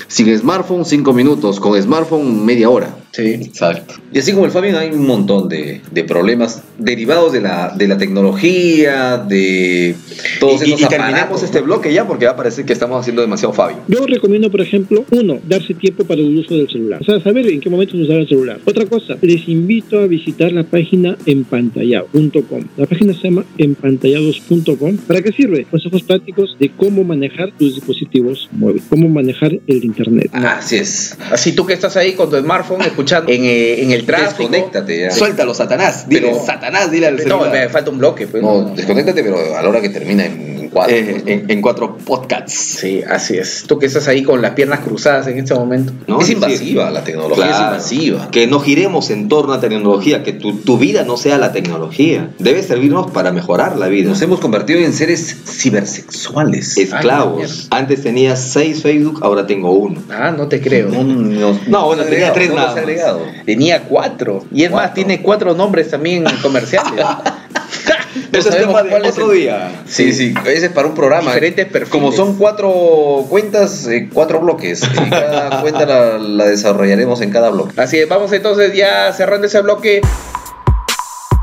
[SPEAKER 3] sin smartphone cinco minutos, con smartphone media hora.
[SPEAKER 2] Sí.
[SPEAKER 3] Exacto. Y así como el Fabian, hay un montón de, de problemas derivados de la, de la tecnología, de todos
[SPEAKER 4] Y, y-
[SPEAKER 3] esos
[SPEAKER 4] y
[SPEAKER 3] aparatos,
[SPEAKER 4] terminamos
[SPEAKER 3] ¿no?
[SPEAKER 4] este bloque ya porque va a parecer que estamos haciendo demasiado Fabi.
[SPEAKER 5] Yo recomiendo, por ejemplo, uno, darse tiempo para el uso del celular. O sea, saber en qué momento se usar el celular. Otra cosa, les invito a visitar la página empantallado.com. La página se llama empantallados.com. ¿Para qué sirve? Consejos prácticos de cómo manejar tus dispositivos móviles, cómo manejar el Internet.
[SPEAKER 3] Así es.
[SPEAKER 2] Así tú que estás ahí con tu smartphone escuchando en, eh, en el tráfico.
[SPEAKER 3] Desconéctate ya.
[SPEAKER 4] Suéltalo, Satanás. Dile,
[SPEAKER 2] Pero-
[SPEAKER 4] Satanás, dile al
[SPEAKER 2] No,
[SPEAKER 4] celular.
[SPEAKER 2] me falta un bloque. Pues,
[SPEAKER 3] No, desconéctate, pero a la hora que termina en, en cuatro.
[SPEAKER 4] Eh, en, en cuatro podcasts.
[SPEAKER 2] Sí, así es. Tú que estás ahí con las piernas cruzadas en este momento.
[SPEAKER 4] ¿no?
[SPEAKER 3] es
[SPEAKER 4] Sí.
[SPEAKER 3] invasiva la tecnología,
[SPEAKER 4] Claro.
[SPEAKER 3] es invasiva.
[SPEAKER 4] Que no giremos en torno a tecnología, que tu, tu vida no sea la tecnología. Debe servirnos para mejorar la vida.
[SPEAKER 3] Nos hemos convertido en seres cibersexuales. Ah,
[SPEAKER 4] Esclavos. Antes tenía seis Facebook, ahora tengo uno.
[SPEAKER 2] Ah, no te creo.
[SPEAKER 4] No, bueno, tenía tres nada más.
[SPEAKER 2] Tenía cuatro. Y es más,
[SPEAKER 4] Cuatro.
[SPEAKER 2] tiene cuatro nombres [laughs] también comerciales. No
[SPEAKER 4] Ese es
[SPEAKER 2] sabemos
[SPEAKER 4] tema de
[SPEAKER 2] cuál es
[SPEAKER 4] otro
[SPEAKER 2] el-
[SPEAKER 4] día.
[SPEAKER 3] Sí, sí, ese es para un programa.
[SPEAKER 2] Diferentes perfiles.
[SPEAKER 3] Como son cuatro cuentas, eh, cuatro bloques. Y [laughs] cada cuenta la, la desarrollaremos en cada bloque.
[SPEAKER 2] Así es, vamos entonces ya cerrando ese bloque.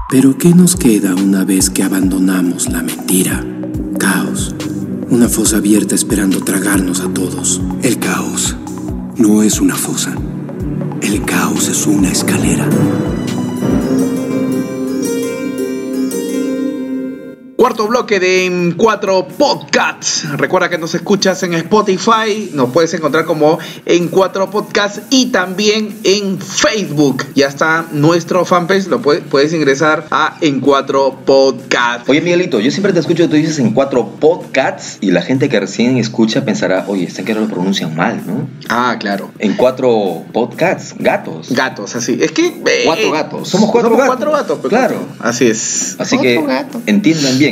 [SPEAKER 9] Pero ¿qué nos queda una vez que abandonamos la mentira? Caos. Una fosa abierta esperando tragarnos a todos.
[SPEAKER 10] El caos no es una fosa. El caos es una escalera.
[SPEAKER 2] Cuarto bloque de En Cuatro Podcasts. Recuerda que nos escuchas en Spotify, nos puedes encontrar como En Cuatro Podcasts y también en Facebook. Ya está nuestro fanpage, lo puedes, puedes ingresar a En Cuatro Podcasts.
[SPEAKER 4] Oye, Miguelito, yo siempre te escucho, tú dices en cuatro podcasts y la gente que recién escucha pensará, oye, este que lo pronuncian mal, ¿no?
[SPEAKER 2] Ah, claro.
[SPEAKER 4] En cuatro podcasts, gatos.
[SPEAKER 2] Gatos, así. Es que. eh,
[SPEAKER 3] Cuatro gatos.
[SPEAKER 4] somos cuatro
[SPEAKER 2] somos
[SPEAKER 4] gatos.
[SPEAKER 2] pues,
[SPEAKER 4] Claro.
[SPEAKER 2] cuatro. Así es.
[SPEAKER 4] Así que entiendan bien.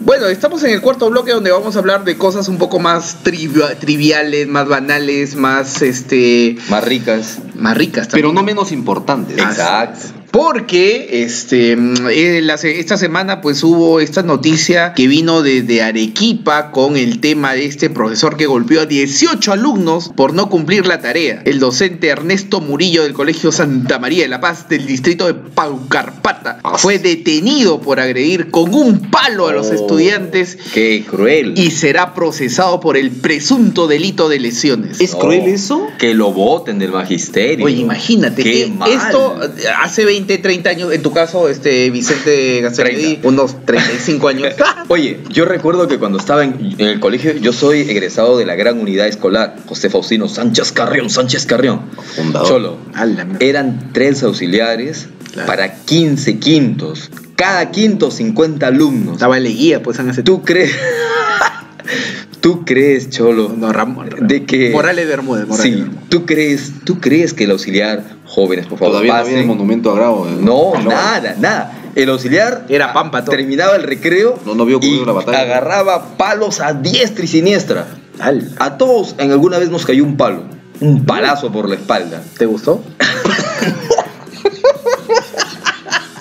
[SPEAKER 2] Bueno, estamos en el cuarto bloque donde vamos a hablar de cosas un poco más trivia- triviales, más banales, más este.
[SPEAKER 4] Más ricas.
[SPEAKER 2] más ricas también.
[SPEAKER 3] Pero no menos importantes.
[SPEAKER 4] Exacto.
[SPEAKER 2] Porque este, mm, eh, la se- esta semana pues hubo esta noticia que vino desde Arequipa con el tema de este profesor que golpeó a 18 alumnos por no cumplir la tarea. El docente Ernesto Murillo del Colegio Santa María de la Paz del distrito de Paucarpata fue detenido por agredir con un palo a los
[SPEAKER 4] Oh.
[SPEAKER 2] estudiantes
[SPEAKER 4] Qué cruel.
[SPEAKER 2] y será procesado por el presunto delito de lesiones.
[SPEAKER 4] ¿Es cruel eso? Que lo voten del magisterio.
[SPEAKER 2] Oye, imagínate
[SPEAKER 4] Qué
[SPEAKER 2] que
[SPEAKER 4] mal.
[SPEAKER 2] esto eh, hace 20, 30 años, en tu caso, este Vicente Gasteledi, unos 35
[SPEAKER 4] [laughs]
[SPEAKER 2] años.
[SPEAKER 4] [laughs] Oye, yo recuerdo que cuando estaba en, en el colegio, yo soy egresado de la gran unidad escolar, José Faustino Sánchez Carrión, Sánchez Carrión.
[SPEAKER 3] Fundador.
[SPEAKER 4] Cholo.
[SPEAKER 2] A la eh, mierda.
[SPEAKER 4] Eran tres auxiliares
[SPEAKER 2] Claro.
[SPEAKER 4] para 15 quintos. Cada quinto 50 alumnos.
[SPEAKER 2] Estaba Leguía, pues en ese
[SPEAKER 4] ¿Tú crees? [laughs] ¿Tú crees, Cholo?
[SPEAKER 2] No, Ramón. Ramón.
[SPEAKER 4] De que-
[SPEAKER 2] Morales Bermúdez, Morales
[SPEAKER 4] Sí,
[SPEAKER 2] Bermúdez.
[SPEAKER 4] ¿tú crees, ¿tú crees que el auxiliar, jóvenes, por favor,
[SPEAKER 3] Todavía no
[SPEAKER 4] pasen?
[SPEAKER 3] había el monumento a Grau. eh.
[SPEAKER 4] No,
[SPEAKER 3] Ah,
[SPEAKER 4] nada, nada. El auxiliar
[SPEAKER 2] Era Pampa todo.
[SPEAKER 4] terminaba el recreo
[SPEAKER 3] No, no había ocurrido
[SPEAKER 4] y
[SPEAKER 3] la batalla.
[SPEAKER 4] agarraba palos a diestra y siniestra.
[SPEAKER 2] Al.
[SPEAKER 4] A todos en alguna vez nos cayó un palo, un palazo por la espalda.
[SPEAKER 2] ¿Te gustó? [laughs]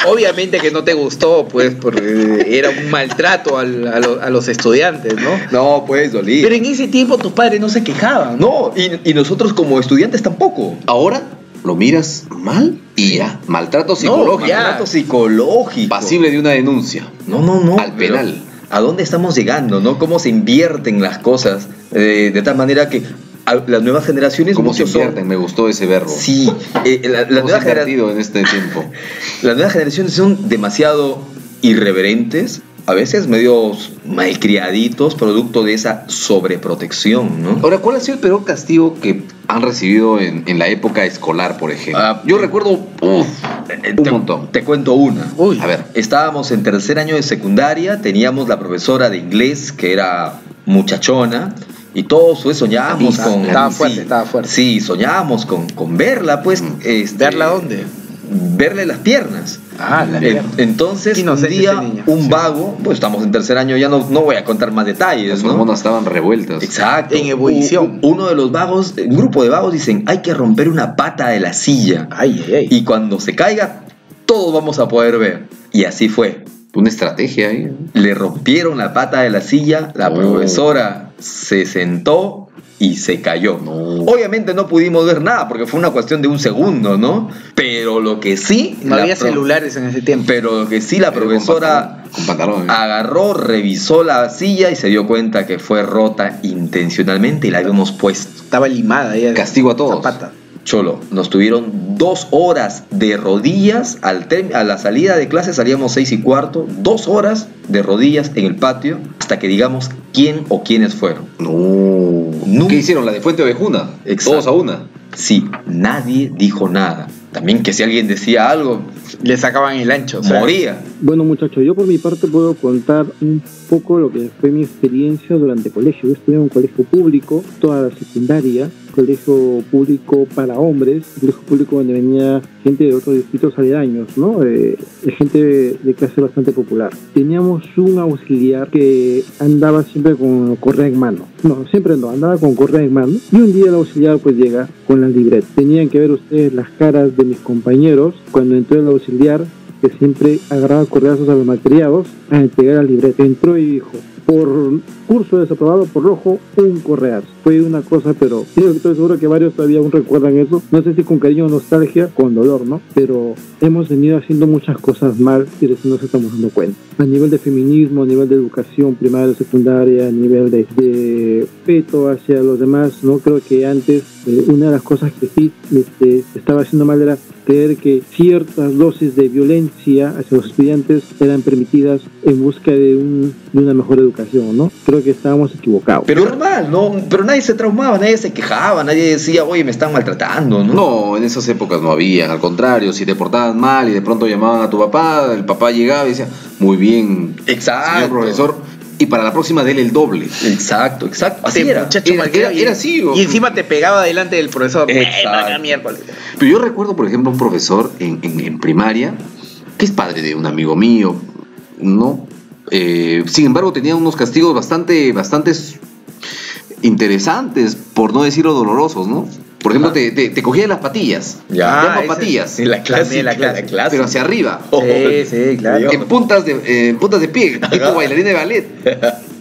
[SPEAKER 2] Obviamente que no te gustó, pues, porque era un maltrato al- a, lo- a los estudiantes, ¿no?
[SPEAKER 4] No, pues dolía.
[SPEAKER 2] Pero en ese tiempo tus padres no se quejaban, ¿no?
[SPEAKER 4] no, y, y nosotros como estudiantes tampoco.
[SPEAKER 3] Ahora lo miras mal y ya. Maltrato psicológico.
[SPEAKER 2] ya.
[SPEAKER 4] Maltrato psicológico.
[SPEAKER 3] Pasible de una denuncia.
[SPEAKER 4] No, no, no.
[SPEAKER 3] Al
[SPEAKER 4] pero
[SPEAKER 3] penal.
[SPEAKER 4] ¿A dónde estamos llegando, no? ¿Cómo se invierten las cosas? eh, de tal manera que a- las nuevas generaciones...
[SPEAKER 3] ¿Cómo se
[SPEAKER 4] muchos son-
[SPEAKER 3] invierten? Me gustó ese verbo.
[SPEAKER 4] Sí, eh, la- las
[SPEAKER 3] Hemos
[SPEAKER 4] nuevas genera-
[SPEAKER 3] invertido en este [laughs] tiempo.
[SPEAKER 4] las nuevas generaciones son demasiado irreverentes, a veces medios malcriaditos, producto de esa sobreprotección, ¿no?
[SPEAKER 3] Ahora, ¿cuál ha sido el peor castigo que han recibido en, en la época escolar, por ejemplo?
[SPEAKER 4] Ah,
[SPEAKER 3] Yo recuerdo uf, un
[SPEAKER 4] te,
[SPEAKER 3] montón.
[SPEAKER 4] te cuento una.
[SPEAKER 2] Uy.
[SPEAKER 3] A ver,
[SPEAKER 4] Estábamos en tercer año de secundaria, teníamos la profesora de inglés que era muchachona y todos pues, soñábamos
[SPEAKER 2] Ah,
[SPEAKER 4] con...
[SPEAKER 2] estaba
[SPEAKER 4] sí,
[SPEAKER 2] fuerte, estaba fuerte. Mm.
[SPEAKER 4] Sí, soñábamos con, con verla, pues... este,
[SPEAKER 2] ¿Verla dónde?
[SPEAKER 4] Verle las piernas.
[SPEAKER 2] Ah, la
[SPEAKER 4] Eh,
[SPEAKER 2] mierda.
[SPEAKER 4] Entonces,
[SPEAKER 2] Qué
[SPEAKER 4] un
[SPEAKER 2] inocente
[SPEAKER 4] día,
[SPEAKER 2] esta niña.
[SPEAKER 4] un
[SPEAKER 2] Sí.
[SPEAKER 4] vago, pues estamos en tercer año, ya no, no voy a contar más detalles,
[SPEAKER 3] las
[SPEAKER 4] ¿no?
[SPEAKER 3] hormonas estaban revueltas.
[SPEAKER 4] Exacto.
[SPEAKER 2] En ebullición.
[SPEAKER 4] U- Uno de los vagos, un grupo de vagos dicen, hay que romper una pata de la silla.
[SPEAKER 2] Ay, ay, ay.
[SPEAKER 4] Y cuando se caiga, todos vamos a poder ver. Y así fue.
[SPEAKER 3] Una estrategia ahí.
[SPEAKER 4] Le rompieron la pata de la silla, la
[SPEAKER 3] Oh.
[SPEAKER 4] profesora se sentó y se cayó. Obviamente no pudimos ver nada porque fue una cuestión de un segundo, ¿no? Pero lo que sí...
[SPEAKER 2] No
[SPEAKER 4] la
[SPEAKER 2] había
[SPEAKER 4] pro-
[SPEAKER 2] celulares en ese tiempo.
[SPEAKER 4] Pero lo que sí la profesora Ah,
[SPEAKER 3] Con pantalón. ¿eh?
[SPEAKER 4] agarró, revisó la silla y se dio cuenta que fue rota intencionalmente y la habíamos puesto.
[SPEAKER 2] Estaba limada ella.
[SPEAKER 3] Castigo a todos.
[SPEAKER 2] Zapata.
[SPEAKER 4] Cholo, nos tuvieron dos horas de rodillas al term- a la salida de clase salíamos seis y cuarto, dos horas de rodillas en el patio hasta que digamos quién o quiénes fueron.
[SPEAKER 3] No.
[SPEAKER 4] Nunca.
[SPEAKER 3] ¿Qué hicieron? La de Fuente Ovejuna.
[SPEAKER 4] Exacto.
[SPEAKER 3] Todos a una.
[SPEAKER 4] Sí, nadie dijo nada. También que si alguien decía algo,
[SPEAKER 2] Le sacaban el ancho. o sea,
[SPEAKER 4] moría.
[SPEAKER 5] Bueno, muchachos, yo por mi parte puedo contar un poco lo que fue mi experiencia durante el colegio. Yo estudié en un colegio público, toda la secundaria, colegio público para hombres, colegio público donde venía gente de otros distritos aledaños, ¿no? Eh, gente de clase bastante popular. Teníamos un auxiliar que andaba siempre con correa en mano. No, siempre no, andaba con correa en mano. Y un día el auxiliar pues llega con la libreta. Tenían que ver ustedes las caras de mis compañeros cuando entró el auxiliar que siempre agarraba correazos a los malcriados a entregar la libreta. Entró y dijo, por curso desaprobado por rojo, un correazo. Fue una cosa, pero creo que estoy seguro que varios todavía aún recuerdan eso. No sé si con cariño o nostalgia, con dolor, ¿no? Pero hemos venido haciendo muchas cosas mal y recién nos estamos dando cuenta. A nivel de feminismo, a nivel de educación primaria, secundaria, a nivel de, de respeto hacia los demás, ¿no? Creo que antes eh, una de las cosas que sí este, estaba haciendo mal era creer que ciertas dosis de violencia hacia los estudiantes eran permitidas en busca de, un- de una mejor educación, ¿no? Creo que estábamos equivocados.
[SPEAKER 4] Pero normal, ¿no? Pero nadie se traumaba, nadie se quejaba, nadie decía, oye, me están maltratando, ¿no?
[SPEAKER 3] No, en esas épocas no había, al contrario, si te portaban mal y de pronto llamaban a tu papá, el papá llegaba y decía, muy bien, señor
[SPEAKER 4] Exacto.
[SPEAKER 3] profesor, y para la próxima dele el doble.
[SPEAKER 4] Exacto, exacto. Así
[SPEAKER 2] este
[SPEAKER 4] era. Eh,
[SPEAKER 2] muchacho
[SPEAKER 3] Era-
[SPEAKER 2] cualquiera,
[SPEAKER 3] era-
[SPEAKER 2] y-
[SPEAKER 3] era así, o-
[SPEAKER 2] Y encima te pegaba delante del profesor.
[SPEAKER 4] Exacto.
[SPEAKER 2] Bueno, era miércoles.
[SPEAKER 3] Pero yo recuerdo, por ejemplo, un profesor en, en- en primaria, que es padre de un amigo mío, ¿no? Eh, sin embargo, tenía unos castigos bastante, bastante interesantes, por no decirlo dolorosos, ¿no? Por ejemplo, te, te- te cogía de las patillas,
[SPEAKER 4] Ya.
[SPEAKER 3] llama
[SPEAKER 2] Ah, ese-
[SPEAKER 3] patillas,
[SPEAKER 4] En la clase, Oh,
[SPEAKER 2] También la clase.
[SPEAKER 3] pero hacia arriba.
[SPEAKER 2] Sí, sí, claro.
[SPEAKER 3] en puntas de eh, en puntas de pie, tipo bailarín de
[SPEAKER 4] [laughs]
[SPEAKER 3] ballet.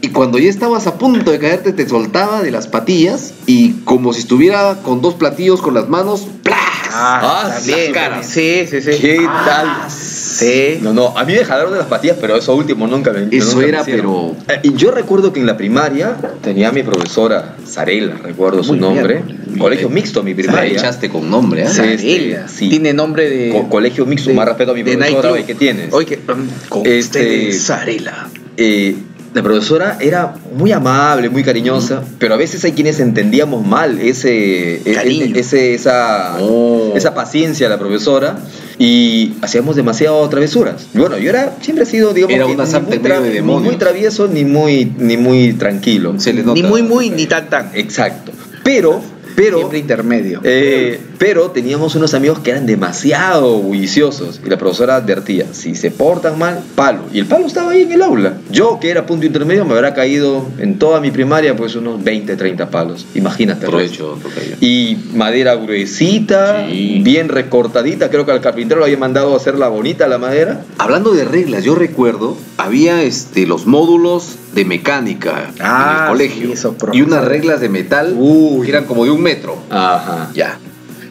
[SPEAKER 3] Y cuando ya estabas a punto de caerte, te soltaba de las patillas y como si estuviera con dos platillos con las manos, ¡plas!
[SPEAKER 4] Ah,
[SPEAKER 2] también,
[SPEAKER 4] las caras.
[SPEAKER 2] Sí, sí, Ah, sí.
[SPEAKER 4] ¿Qué tal?
[SPEAKER 2] Sí.
[SPEAKER 4] No, no, a mí me jalaron de las patillas, pero eso último nunca me
[SPEAKER 3] Eso
[SPEAKER 4] nunca me
[SPEAKER 3] era,
[SPEAKER 4] hicieron. Eh, Y yo recuerdo que en la primaria tenía a mi profesora, Zarela, recuerdo su
[SPEAKER 2] Muy
[SPEAKER 4] nombre.
[SPEAKER 3] bien.
[SPEAKER 4] Colegio mixto, mi
[SPEAKER 3] Te la
[SPEAKER 4] primaria.
[SPEAKER 3] echaste con nombre, ¿ah?
[SPEAKER 4] Sí.
[SPEAKER 2] Zarela.
[SPEAKER 4] este, sí.
[SPEAKER 2] Tiene nombre de.
[SPEAKER 4] Co- colegio mixto,
[SPEAKER 2] de-
[SPEAKER 4] más respeto a mi
[SPEAKER 2] de
[SPEAKER 4] profesora,
[SPEAKER 2] nightclub.
[SPEAKER 4] oye, ¿qué tienes?
[SPEAKER 2] Oye, que, um, con
[SPEAKER 4] Este-
[SPEAKER 2] ustedes, Zarela.
[SPEAKER 4] Eh, la profesora era muy amable, muy cariñosa, pero a veces hay quienes entendíamos mal ese, e-
[SPEAKER 2] Cariño.
[SPEAKER 4] ese- esa,
[SPEAKER 3] Oh.
[SPEAKER 4] esa paciencia de la profesora y hacíamos demasiadas travesuras. Bueno, yo era siempre he sido, digamos,
[SPEAKER 3] Era
[SPEAKER 4] que
[SPEAKER 3] una
[SPEAKER 4] ni
[SPEAKER 3] sarta
[SPEAKER 4] muy
[SPEAKER 3] en medio de
[SPEAKER 4] ni
[SPEAKER 3] demonios.
[SPEAKER 4] muy travieso ni muy, ni muy tranquilo.
[SPEAKER 3] Se le nota.
[SPEAKER 2] Ni muy, muy, ni tan, tan.
[SPEAKER 4] Eh, Exacto. Pero, pero
[SPEAKER 2] Siempre intermedio.
[SPEAKER 4] eh, pero teníamos unos amigos que eran demasiado bulliciosos y la profesora advertía, si se portan mal, palo. Y el palo estaba ahí en el aula. Yo, que era punto intermedio, me habrá caído en toda mi primaria pues unos 20, 30 palos. Imagínate.
[SPEAKER 3] Provecho, tocayo.
[SPEAKER 4] Y madera gruesita,
[SPEAKER 3] Sí.
[SPEAKER 4] bien recortadita. Creo que al carpintero lo había mandado a hacerla bonita la madera.
[SPEAKER 3] Hablando de reglas, yo recuerdo, había este, los módulos de mecánica en
[SPEAKER 2] Ah,
[SPEAKER 3] el colegio
[SPEAKER 2] sí, eso,
[SPEAKER 3] y unas reglas de metal que eran como de un metro.
[SPEAKER 4] Ajá.
[SPEAKER 3] Ya.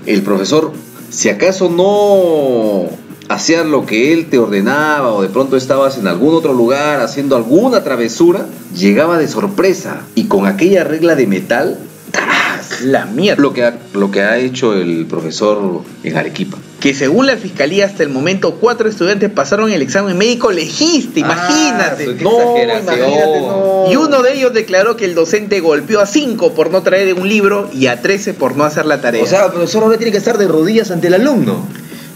[SPEAKER 3] El profesor, si acaso no hacías lo que él te ordenaba o de pronto estabas en algún otro lugar haciendo alguna travesura, llegaba de sorpresa y con aquella regla de metal, ¡tas!
[SPEAKER 2] La mierda.
[SPEAKER 3] Lo que, ha, lo que ha hecho el profesor en Arequipa.
[SPEAKER 2] que según la fiscalía hasta el momento cuatro estudiantes pasaron el examen médico legista, imagínate.
[SPEAKER 4] Ah, qué exageración.
[SPEAKER 2] Y uno de ellos declaró que el docente golpeó a cinco por no traer un libro y a 13 por no hacer la tarea.
[SPEAKER 4] O sea, el profesor ahora tiene que estar de rodillas ante el alumno.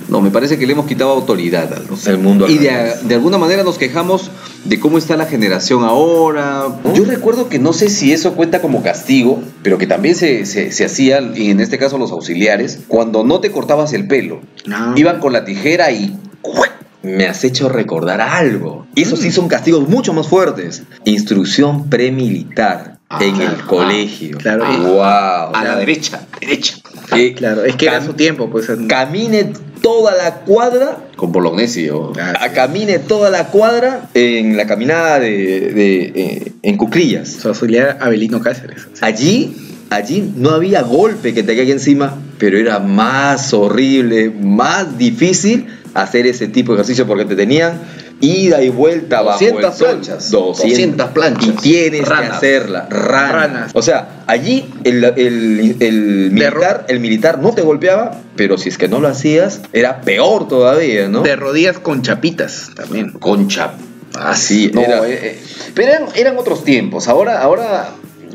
[SPEAKER 3] No, me parece que le hemos quitado autoridad al docente.
[SPEAKER 4] El mundo al
[SPEAKER 3] Y de,
[SPEAKER 4] revés.
[SPEAKER 3] de alguna manera nos quejamos de cómo está la generación ahora. Yo recuerdo que no sé si eso cuenta como castigo, pero que también se, se, se hacía, y en este caso los auxiliares, cuando no te cortabas el pelo,
[SPEAKER 2] Ah.
[SPEAKER 3] iban con la tijera y... ¡cuac!
[SPEAKER 4] me has hecho recordar algo. Y eso sí son castigos mucho más fuertes. Instrucción premilitar
[SPEAKER 3] Ah,
[SPEAKER 4] en el
[SPEAKER 3] claro.
[SPEAKER 4] colegio.
[SPEAKER 2] Claro.
[SPEAKER 4] wow.
[SPEAKER 3] A la derecha, derecha.
[SPEAKER 4] Eh,
[SPEAKER 2] claro, es que era su tiempo, pues.
[SPEAKER 4] Camine toda la cuadra.
[SPEAKER 3] Con Bolognesi o...
[SPEAKER 4] a- camine toda la cuadra en la caminada de, de- eh, en cuclillas.
[SPEAKER 2] Su auxiliar Abelino Cáceres.
[SPEAKER 4] Allí allí no había golpe que te caiga encima, pero era más horrible, más difícil hacer ese tipo de ejercicio porque te tenían ida y vuelta bajo
[SPEAKER 3] 200
[SPEAKER 4] el sol.
[SPEAKER 3] planchas. 200 planchas.
[SPEAKER 4] Y tienes
[SPEAKER 3] Ranas.
[SPEAKER 4] que hacerla. Ranas.
[SPEAKER 2] Ranas.
[SPEAKER 4] O sea, allí el, el- el militar, el militar no te golpeaba, pero si es que no lo hacías, era peor todavía, ¿no?
[SPEAKER 2] De rodillas con chapitas también.
[SPEAKER 3] Concha.
[SPEAKER 4] Así,
[SPEAKER 3] Ah, No,
[SPEAKER 4] era.
[SPEAKER 3] eh, eh, pero eran, eran otros tiempos. Ahora, ahora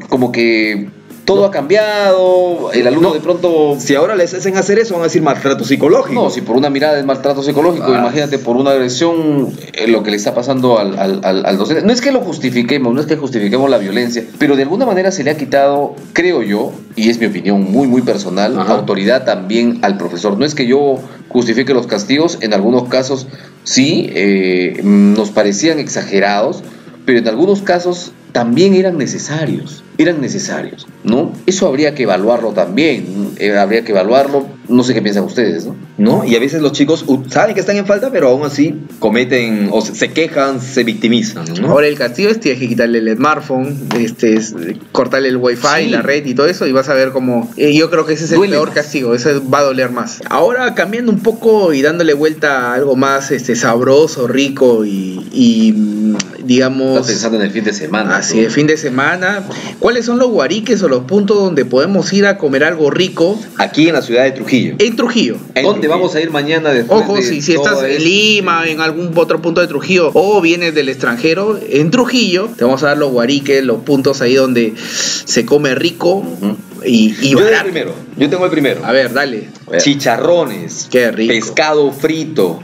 [SPEAKER 3] como que todo ha cambiado. El alumno de pronto.
[SPEAKER 4] Si ahora les hacen hacer eso, van a decir maltrato psicológico.
[SPEAKER 3] No, si por una mirada es maltrato psicológico,
[SPEAKER 4] Ah.
[SPEAKER 3] imagínate por una agresión eh, lo que le está pasando al, al- al- al docente. No es que lo justifiquemos, no es que justifiquemos la violencia, pero de alguna manera se le ha quitado, creo yo, y es mi opinión muy, muy personal,
[SPEAKER 4] Ajá.
[SPEAKER 3] autoridad también al profesor. No es que yo justifique los castigos, en algunos casos sí, eh, nos parecían exagerados, pero en algunos casos también eran necesarios, eran necesarios, ¿no? Eso habría que evaluarlo también, eh, habría que evaluarlo, no sé qué piensan ustedes, ¿no?
[SPEAKER 4] ¿no? Y a veces los chicos uh, saben que están en falta, pero aún así cometen o se, se quejan, se victimizan, ¿no?
[SPEAKER 2] Ahora el castigo es tienes que quitarle el smartphone, este, es, cortarle el wifi,
[SPEAKER 3] Sí.
[SPEAKER 2] la red y todo eso, y vas a ver cómo. eh, yo creo que ese es el
[SPEAKER 3] Duele
[SPEAKER 2] peor
[SPEAKER 3] más.
[SPEAKER 2] castigo, ese va a doler más. Ahora cambiando un poco y dándole vuelta a algo más este, sabroso, rico y, y, mm,
[SPEAKER 3] Estás
[SPEAKER 2] digamos.
[SPEAKER 3] pensando en el fin de semana.
[SPEAKER 2] Así de
[SPEAKER 3] tú.
[SPEAKER 2] fin de semana. ¿Cuáles son los guariques o los puntos donde podemos ir a comer algo rico
[SPEAKER 4] Aquí en la ciudad de Trujillo.
[SPEAKER 2] en Trujillo?
[SPEAKER 3] ¿Dónde vamos a ir mañana después
[SPEAKER 2] Ojo,
[SPEAKER 3] de
[SPEAKER 2] si, si
[SPEAKER 3] todo
[SPEAKER 2] estás en
[SPEAKER 3] esto?
[SPEAKER 2] Lima, en algún otro punto de Trujillo, o vienes del extranjero, en Trujillo, te vamos a dar los guariques, los puntos ahí donde se come rico y, y
[SPEAKER 4] Yo tengo el
[SPEAKER 2] barato.
[SPEAKER 4] primero. Yo tengo el primero.
[SPEAKER 2] A ver, dale.
[SPEAKER 4] Chicharrones,
[SPEAKER 2] Qué rico.
[SPEAKER 4] pescado frito,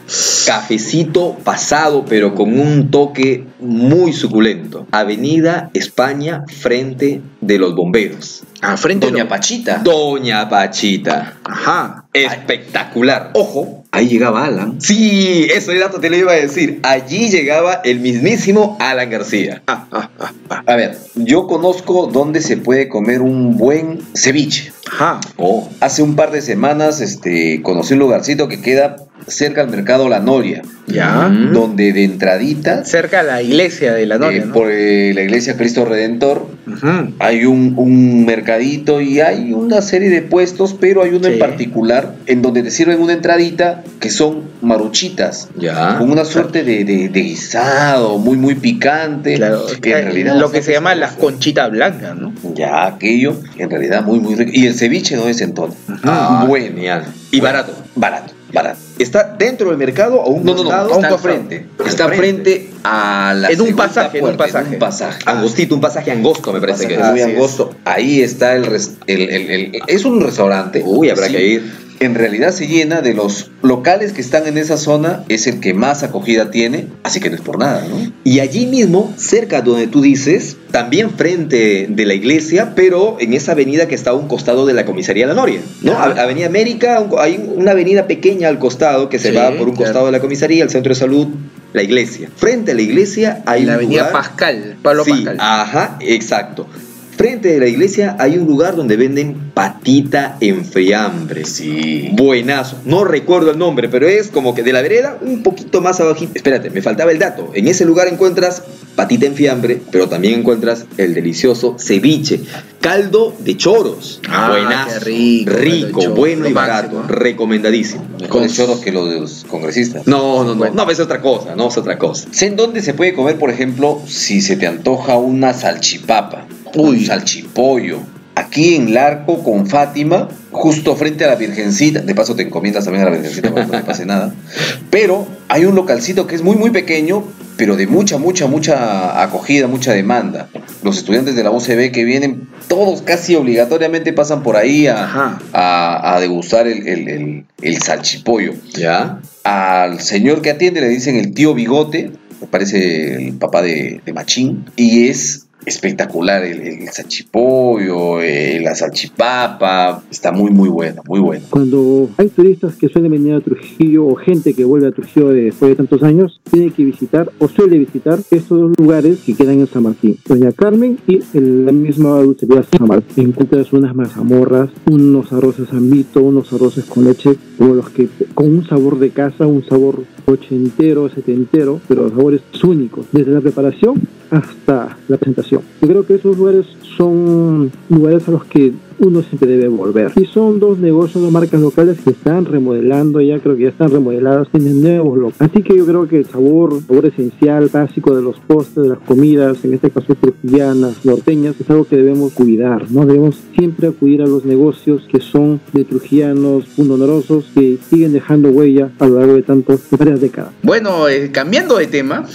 [SPEAKER 4] cafecito pasado, pero con un toque muy suculento. Avenida España, frente de los bomberos.
[SPEAKER 2] A frente.
[SPEAKER 3] Doña
[SPEAKER 2] no.
[SPEAKER 3] Pachita.
[SPEAKER 4] Doña Pachita,
[SPEAKER 2] Ajá.
[SPEAKER 4] espectacular.
[SPEAKER 2] Ojo.
[SPEAKER 3] Ahí llegaba Alan.
[SPEAKER 4] Sí, eso el dato te lo iba a decir. Allí llegaba el mismísimo Alan García.
[SPEAKER 2] Ah, ah, ah.
[SPEAKER 3] A ver, yo conozco dónde se puede comer un buen ceviche.
[SPEAKER 2] Ajá.
[SPEAKER 3] Oh, hace un par de semanas este, conocí un lugarcito que queda cerca al mercado La Noria,
[SPEAKER 2] Ya.
[SPEAKER 3] Mm. donde de entradita,
[SPEAKER 2] Cerca a la iglesia de la
[SPEAKER 3] eh,
[SPEAKER 2] novia. ¿no?
[SPEAKER 3] por eh, la iglesia Cristo Redentor,
[SPEAKER 2] Ujú.
[SPEAKER 3] hay un, un mercadito y hay una serie de puestos, pero hay uno
[SPEAKER 2] Sí.
[SPEAKER 3] en particular en donde te sirven una entradita que son maruchitas.
[SPEAKER 4] Ya.
[SPEAKER 3] Con una suerte de, de- de guisado muy, muy picante.
[SPEAKER 2] Claro.
[SPEAKER 3] que en realidad
[SPEAKER 2] lo que se llama las
[SPEAKER 3] bastante
[SPEAKER 2] conchitas blancas, ¿no?
[SPEAKER 3] sabroso. Ya, aquello, en realidad muy, muy rico. Y el ceviche no es en tono.
[SPEAKER 4] Ah,
[SPEAKER 3] Bueno,
[SPEAKER 4] genial. Y barato.
[SPEAKER 3] barato, barato.
[SPEAKER 4] ¿Está dentro del mercado o un
[SPEAKER 3] No, no, no,
[SPEAKER 4] costado?
[SPEAKER 3] está
[SPEAKER 4] Está
[SPEAKER 3] al
[SPEAKER 4] al
[SPEAKER 3] frente. Está
[SPEAKER 4] Al
[SPEAKER 3] frente a la
[SPEAKER 2] En un
[SPEAKER 3] segunda
[SPEAKER 2] pasaje, en un
[SPEAKER 3] puerta,
[SPEAKER 2] pasaje.
[SPEAKER 3] Ah,
[SPEAKER 4] Angostito, un pasaje angosto me parece que es.
[SPEAKER 3] Pasaje muy
[SPEAKER 2] Así es.
[SPEAKER 3] angosto. Ahí está el, res- el- el- el- Es un restaurante.
[SPEAKER 4] Uy, habrá
[SPEAKER 3] Sí.
[SPEAKER 4] que ir.
[SPEAKER 3] En realidad se llena de los locales que están en esa zona, es el que más acogida tiene, así que no es por nada, ¿no?
[SPEAKER 4] Y allí mismo, cerca donde tú dices, también frente de la iglesia, pero en esa avenida que está a un costado de la comisaría de la Noria. ¿no?
[SPEAKER 2] Ah.
[SPEAKER 4] A- Avenida América, un co- hay una avenida pequeña al costado que se
[SPEAKER 2] Sí,
[SPEAKER 4] va por un
[SPEAKER 2] claro.
[SPEAKER 4] costado de la comisaría, el centro de salud, la iglesia. Frente a la iglesia hay
[SPEAKER 2] En la
[SPEAKER 4] un
[SPEAKER 2] avenida
[SPEAKER 4] lugar-
[SPEAKER 2] Pascal, Pablo
[SPEAKER 4] Sí,
[SPEAKER 2] Pascal.
[SPEAKER 4] Ajá, exacto. Frente de la iglesia hay un lugar donde venden patita en friambre.
[SPEAKER 3] Sí.
[SPEAKER 4] Buenazo. No recuerdo el nombre, pero es como que de la vereda un poquito más abajito. Espérate, me faltaba el dato. En ese lugar encuentras patita en fiambre, pero también encuentras el delicioso ceviche. Caldo de choros.
[SPEAKER 2] Ah,
[SPEAKER 4] Buenazo.
[SPEAKER 2] qué rico, caldo de
[SPEAKER 4] Rico,
[SPEAKER 2] choros.
[SPEAKER 4] bueno y
[SPEAKER 2] Lo
[SPEAKER 4] barato.
[SPEAKER 2] máximo, ¿eh?
[SPEAKER 4] Recomendadísimo.
[SPEAKER 3] Mejor el choro que los de los congresistas.
[SPEAKER 4] No, no, no. No, es otra cosa. No, es otra cosa.
[SPEAKER 3] Sé en dónde se puede comer, por ejemplo, si se te antoja una salchipapa,
[SPEAKER 2] Uy.
[SPEAKER 3] un salchipollo. Aquí en Larco con Fátima, justo frente a la Virgencita. De paso te encomiendas también a la Virgencita para que no te pase nada. Pero hay un localcito que es muy, muy pequeño, pero de mucha, mucha, mucha acogida, mucha demanda. Los estudiantes de la UCB que vienen, todos casi obligatoriamente pasan por ahí a,
[SPEAKER 2] Ajá.
[SPEAKER 3] a- a degustar el- el- el- el salchipollo
[SPEAKER 4] ¿Ya?
[SPEAKER 3] al señor que atiende le dicen el tío Bigote, me parece el papá de, de Machín, y es espectacular el, el salchipollo, eh, la salchipapa, está muy muy bueno, muy bueno.
[SPEAKER 5] Cuando hay turistas que suelen venir a Trujillo o gente que vuelve a Trujillo de- después de tantos años, tiene que visitar o suele visitar estos dos lugares que quedan en San Martín, Doña Carmen y el- la misma dulcería San Martín. Encuentras unas mazamorras, unos arroces ambito, unos arroces con leche, como los que con un sabor de casa, un sabor ochentero, setentero, pero sabores únicos, desde la preparación hasta la presentación. Yo creo que esos lugares son lugares a los que uno siempre debe volver. Y son dos negocios, dos marcas locales que están remodelando, ya creo que ya están remodeladas, tienen nuevos locales. Así que yo creo que el sabor, sabor esencial, básico de los postres, de las comidas, en este caso trujillanas, norteñas, es algo que debemos cuidar, ¿no? Debemos siempre acudir a los negocios que son de trujillanos, honorosos, que siguen dejando huella a lo largo de tantas, de varias décadas.
[SPEAKER 2] Bueno, eh, cambiando de
[SPEAKER 3] [laughs]
[SPEAKER 2] tema,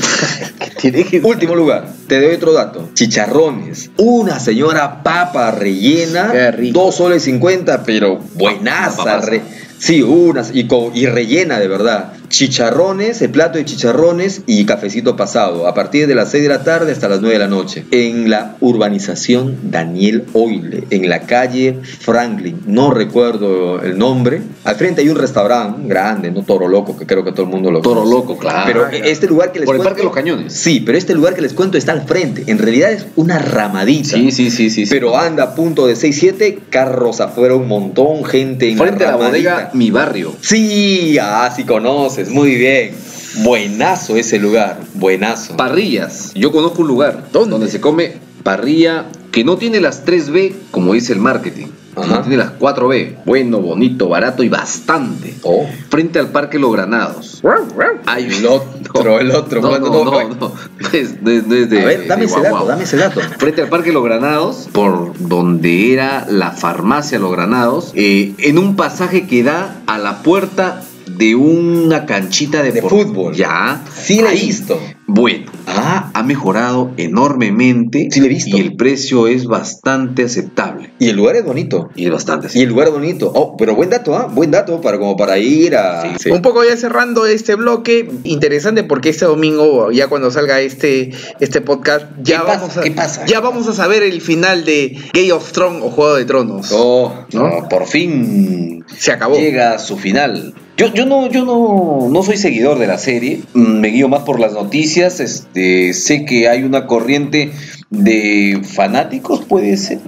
[SPEAKER 4] Último lugar, te doy otro dato. Chicharrones. Una señora papa rellena.
[SPEAKER 2] Qué rico.
[SPEAKER 4] 2 soles 50, pero buenaza.
[SPEAKER 3] Papaza.
[SPEAKER 4] re- sí, unas y, co- y rellena de verdad. Chicharrones, el plato de chicharrones y cafecito pasado, a partir de las 6 de la tarde hasta las 9 de la noche, en la urbanización Daniel Oile, en la calle Franklin, no recuerdo el nombre. Al frente hay un restaurante grande, no Toro Loco, que creo que todo el mundo lo
[SPEAKER 3] Toro
[SPEAKER 4] conoce.
[SPEAKER 3] Loco, claro.
[SPEAKER 4] Pero este lugar que les
[SPEAKER 3] Por el
[SPEAKER 4] cuento-
[SPEAKER 3] Parque de los Cañones.
[SPEAKER 4] Sí, pero este lugar que les cuento está al frente. En realidad es una ramadita.
[SPEAKER 3] Sí, sí, sí, sí. sí.
[SPEAKER 4] Pero anda a punto de 6-7, carros afuera un montón, gente en
[SPEAKER 3] frente a la
[SPEAKER 4] ramadita.
[SPEAKER 3] bodega Mi Barrio.
[SPEAKER 4] Sí, ah, sí conoces, muy bien. Buenazo ese lugar, buenazo.
[SPEAKER 3] Parrillas. Yo conozco un lugar donde se come parrilla que no tiene las 3B, como dice el marketing.
[SPEAKER 4] Ajá.
[SPEAKER 3] No tiene las 4B. Bueno, bonito, barato y bastante.
[SPEAKER 4] Oh.
[SPEAKER 3] Frente al Parque Los Granados. Hay [laughs]
[SPEAKER 4] El otro, el otro.
[SPEAKER 3] No,
[SPEAKER 4] ¿cuándo?
[SPEAKER 3] no, no,
[SPEAKER 4] bueno.
[SPEAKER 3] no. Es de- de- de-
[SPEAKER 4] a ver, dame
[SPEAKER 3] de
[SPEAKER 4] ese
[SPEAKER 3] Guau
[SPEAKER 4] dato,
[SPEAKER 3] Guau.
[SPEAKER 4] dame ese dato.
[SPEAKER 3] Frente al Parque Los Granados, por donde era la farmacia Los Granados, eh, en un pasaje que da a la puerta de una canchita de,
[SPEAKER 4] De
[SPEAKER 3] por-
[SPEAKER 4] fútbol.
[SPEAKER 3] Ya.
[SPEAKER 4] Sí la he
[SPEAKER 3] Ahí.
[SPEAKER 4] visto.
[SPEAKER 3] Bueno, ah, ha mejorado enormemente.
[SPEAKER 4] Sí, la he visto.
[SPEAKER 3] Y el precio es bastante aceptable.
[SPEAKER 4] Y el lugar es bonito.
[SPEAKER 3] Y es bastante
[SPEAKER 4] Y el lugar es bonito. Oh, pero buen dato, ¿ah? Buen dato para como para ir a. Sí.
[SPEAKER 2] Un poco ya cerrando este bloque, interesante porque este domingo, ya cuando salga este, este podcast, ya,
[SPEAKER 4] ¿Qué pasa?
[SPEAKER 2] vamos a,
[SPEAKER 4] ¿Qué pasa?
[SPEAKER 2] ya vamos a saber el final de Game of Thrones o Juego de Tronos.
[SPEAKER 4] Oh,
[SPEAKER 3] ¿No? por fin
[SPEAKER 2] Se acabó.
[SPEAKER 3] llega a su final. Yo, yo no, yo no, no soy seguidor de la serie, mm, me guío más por las noticias, este, sé que hay una corriente de fanáticos, puede ser,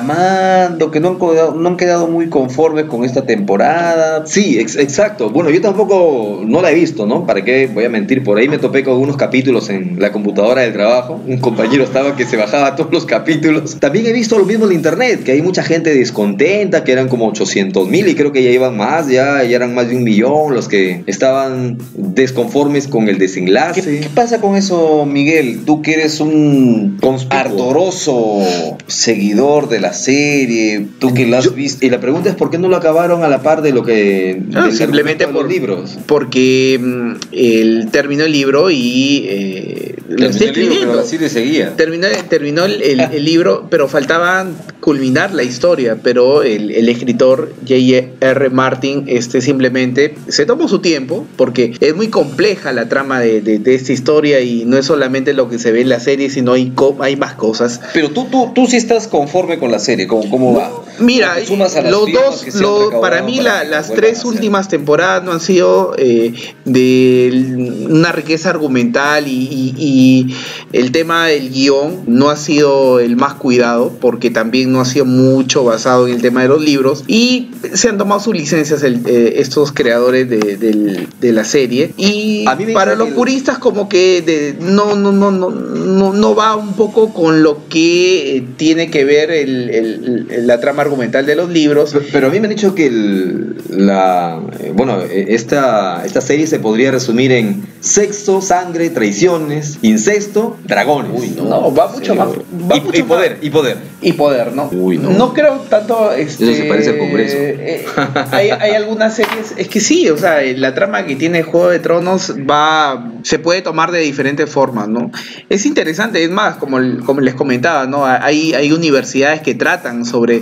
[SPEAKER 3] reclamando que no han, quedado, no han quedado muy conformes con esta temporada.
[SPEAKER 4] Sí, ex- exacto. Bueno, yo tampoco no la he visto, ¿no? ¿Para qué voy a mentir? Por ahí me topé con unos capítulos en la computadora del trabajo. Un compañero estaba que se bajaba todos los capítulos. También he visto lo mismo en internet, que hay mucha gente descontenta, que eran como 800 mil y creo que ya iban más, ya, ya eran más de un millón los que estaban desconformes con el
[SPEAKER 3] ¿Qué,
[SPEAKER 4] desenlace.
[SPEAKER 3] qué pasa con eso, Miguel? Tú que eres un
[SPEAKER 4] Conspicuo.
[SPEAKER 3] ardoroso seguidor de la serie, tú que la has
[SPEAKER 4] Yo-
[SPEAKER 3] visto.
[SPEAKER 4] y la pregunta es por qué no lo acabaron a la par de lo que
[SPEAKER 2] Ah,
[SPEAKER 4] del
[SPEAKER 2] simplemente
[SPEAKER 4] argumento de
[SPEAKER 2] por-
[SPEAKER 4] los libros.
[SPEAKER 2] Porque mm, él terminó el libro y eh, lo está escribiendo.
[SPEAKER 3] le seguía.
[SPEAKER 2] Terminó, terminó el, el- el libro, pero faltaba culminar la historia. Pero el, el escritor J.R. Martin este, simplemente se tomó su tiempo porque es muy compleja la trama de, de- de esta historia y no es solamente lo que se ve en la serie, sino hay, co- hay más cosas.
[SPEAKER 3] Pero tú, tú, tú sí estás conforme con la serie, ¿cómo, cómo va?
[SPEAKER 2] Mira,
[SPEAKER 3] Porque sumas a las
[SPEAKER 2] los
[SPEAKER 3] firmas
[SPEAKER 2] dos,
[SPEAKER 3] que se han
[SPEAKER 2] lo-
[SPEAKER 3] recabado
[SPEAKER 2] para mí la-
[SPEAKER 3] que
[SPEAKER 2] las
[SPEAKER 3] vuelvan a
[SPEAKER 2] tres
[SPEAKER 3] hacer.
[SPEAKER 2] últimas temporadas no han sido eh, de l- una riqueza argumental y, y- y el tema del guión no ha sido el más cuidado porque también no ha sido mucho basado en el tema de los libros y se han tomado sus licencias el- eh, estos creadores de, del- de la serie y
[SPEAKER 4] A mí me
[SPEAKER 2] para
[SPEAKER 4] dice
[SPEAKER 2] los
[SPEAKER 4] que-
[SPEAKER 2] puristas como que de- no, no, no, no, no, no va un poco con lo que eh, tiene que ver el- el- el- la trama argumental de los libros.
[SPEAKER 4] Pe- Pero a mí me han dicho que el- la, eh, bueno, eh, esta, esta serie se podría resumir en sexo, sangre, traiciones, incesto, dragones.
[SPEAKER 2] Uy, no. No, va mucho más- va
[SPEAKER 4] y,
[SPEAKER 2] mucho
[SPEAKER 4] y
[SPEAKER 2] más.
[SPEAKER 4] poder, y poder.
[SPEAKER 2] y poder, ¿no?
[SPEAKER 3] Uy, no.
[SPEAKER 2] creo tanto. Este,
[SPEAKER 3] se parece al Congreso.
[SPEAKER 2] eh, hay, hay algunas series. Es que sí, o sea, la trama que tiene Juego de Tronos va. Se puede tomar de diferentes formas, ¿no? Es interesante, es más, como, el- como les comentaba, ¿no? Hay, hay universidades que tratan sobre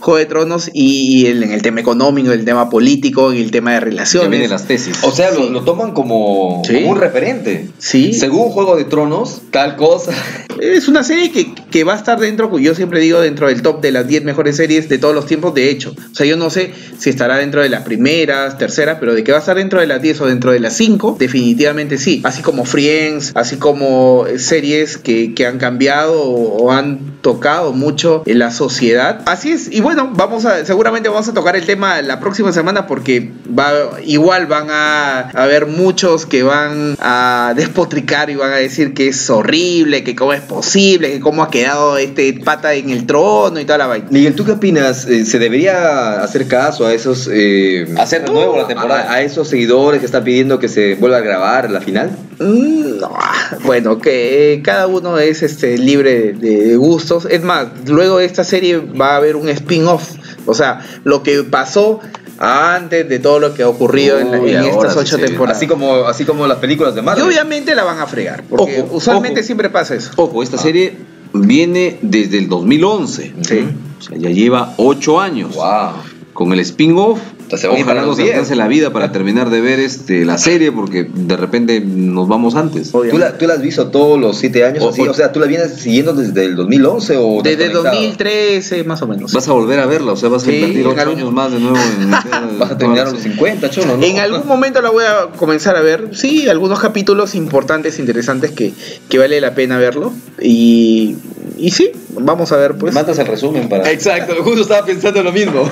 [SPEAKER 2] Juego de Tronos y, y el- en el tema económico, en el tema político, en el tema de
[SPEAKER 3] Ya
[SPEAKER 2] relaciones.
[SPEAKER 3] vienen las tesis.
[SPEAKER 4] O sea, lo, lo toman como,
[SPEAKER 2] Sí.
[SPEAKER 4] como un referente.
[SPEAKER 2] Sí.
[SPEAKER 4] Según Juego de Tronos, tal cosa.
[SPEAKER 2] Es una serie que, que va a estar dentro, yo siempre digo, dentro del top de las 10 mejores series de todos los tiempos, de hecho. O sea, yo no sé si estará dentro de las primeras, terceras, pero de que va a estar dentro de las 10 o dentro de las 5, definitivamente sí. Así como Friends, así como eh, series que, que han cambiado o, o han tocado mucho en la sociedad. Así es, y bueno, vamos a, seguramente vamos a tocar el tema la próxima semana porque va, igual van a haber muchos que van a despotricar y van a decir que es horrible, que cómo es posible, que cómo ha quedado este pata en el trono y toda la vaina.
[SPEAKER 4] Miguel, ¿tú qué opinas? Eh, ¿Se debería hacer caso a esos... eh,
[SPEAKER 3] Hacer de nuevo la temporada.
[SPEAKER 4] A, a esos seguidores que están pidiendo que se vuelva a grabar la final?
[SPEAKER 2] Mm, no, ah, bueno, que eh, cada uno es este, libre de, de gustos. Es más, luego de esta serie va a haber un spin-off. O sea, lo que pasó antes de todo lo que ha ocurrido en, la-
[SPEAKER 3] Uy,
[SPEAKER 2] en
[SPEAKER 3] ahora
[SPEAKER 2] estas
[SPEAKER 3] sí
[SPEAKER 2] ocho
[SPEAKER 3] se viene.
[SPEAKER 2] temporadas.
[SPEAKER 4] Así como, así como las películas de
[SPEAKER 2] y
[SPEAKER 4] Marvel.
[SPEAKER 2] obviamente la van a fregar. Porque
[SPEAKER 3] Ojo,
[SPEAKER 2] usualmente
[SPEAKER 3] ojo.
[SPEAKER 2] siempre pasa eso.
[SPEAKER 3] Ojo,
[SPEAKER 4] Ah.
[SPEAKER 3] esta serie viene desde el 2011.
[SPEAKER 2] Sí.
[SPEAKER 3] O sea, ya lleva 8 años.
[SPEAKER 4] Wow.
[SPEAKER 3] Con el spin-off,
[SPEAKER 4] sea, se van a ir
[SPEAKER 3] ojalá
[SPEAKER 4] para los
[SPEAKER 3] nos
[SPEAKER 4] 10.
[SPEAKER 3] alcance la vida para terminar de ver este, la serie, porque de repente nos vamos antes.
[SPEAKER 4] ¿Tú la, ¿Tú la has visto todos los siete años?
[SPEAKER 3] O-
[SPEAKER 4] así?
[SPEAKER 3] o-
[SPEAKER 4] O, sea, ¿tú la vienes siguiendo desde el 2011 o te has
[SPEAKER 2] Desde
[SPEAKER 4] conectado?
[SPEAKER 2] 2013 más o menos.
[SPEAKER 3] Vas a volver a verla, o sea, vas a
[SPEAKER 2] Sí,
[SPEAKER 3] invertir
[SPEAKER 2] en
[SPEAKER 3] 8
[SPEAKER 2] algún-
[SPEAKER 3] años más de nuevo [laughs] en. en-
[SPEAKER 4] Vas a terminar a los 50, cholo, ¿no?
[SPEAKER 2] En algún momento la voy a comenzar a ver. Sí, algunos capítulos importantes, interesantes que, que vale la pena verlo. Y, y sí, vamos a ver pues.
[SPEAKER 4] [laughs] Mandas el resumen para.
[SPEAKER 3] Exacto, justo estaba pensando lo mismo.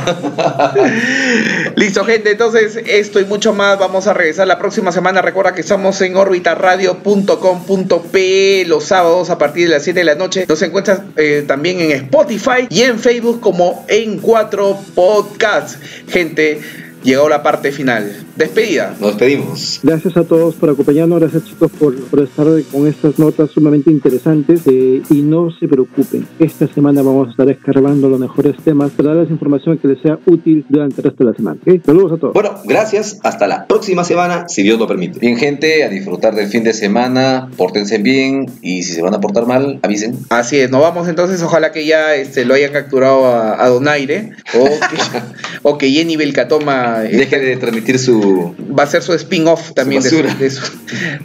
[SPEAKER 2] Listo, gente. Entonces, esto y mucho más. Vamos a regresar la próxima semana. Recuerda que estamos en orbitaradio.com.pe los sábados a partir de las 7 de la noche. Nos encuentras eh, también en Spotify y en Facebook como en 4 Podcast. Gente, llegó la parte final. Despedida.
[SPEAKER 4] Nos despedimos.
[SPEAKER 5] Gracias a todos por acompañarnos, gracias chicos por, por estar con estas notas sumamente interesantes eh, y no se preocupen, esta semana vamos a estar escarbando los mejores temas para darles información que les sea útil durante el resto de la semana. ¿ok? Saludos a todos.
[SPEAKER 4] Bueno, gracias. Hasta la próxima semana, si Dios lo permite.
[SPEAKER 3] Bien, gente, a disfrutar del fin de semana, pórtense bien y si se van a portar mal, avisen.
[SPEAKER 2] Así es, nos vamos entonces. Ojalá que ya este, lo hayan capturado a, a Donaire o que, [laughs] o que Jenny Belcatoma eh,
[SPEAKER 3] Deje de transmitir su.
[SPEAKER 2] va a ser su spin-off también de su,
[SPEAKER 3] basura.
[SPEAKER 2] de su-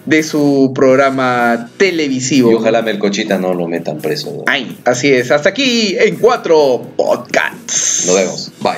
[SPEAKER 2] de su programa
[SPEAKER 3] Y
[SPEAKER 2] televisivo.
[SPEAKER 3] ojalá Melcochita no lo metan preso. ¿no?
[SPEAKER 2] Ay, así es. Hasta aquí en cuatro podcasts.
[SPEAKER 3] Nos vemos. Bye.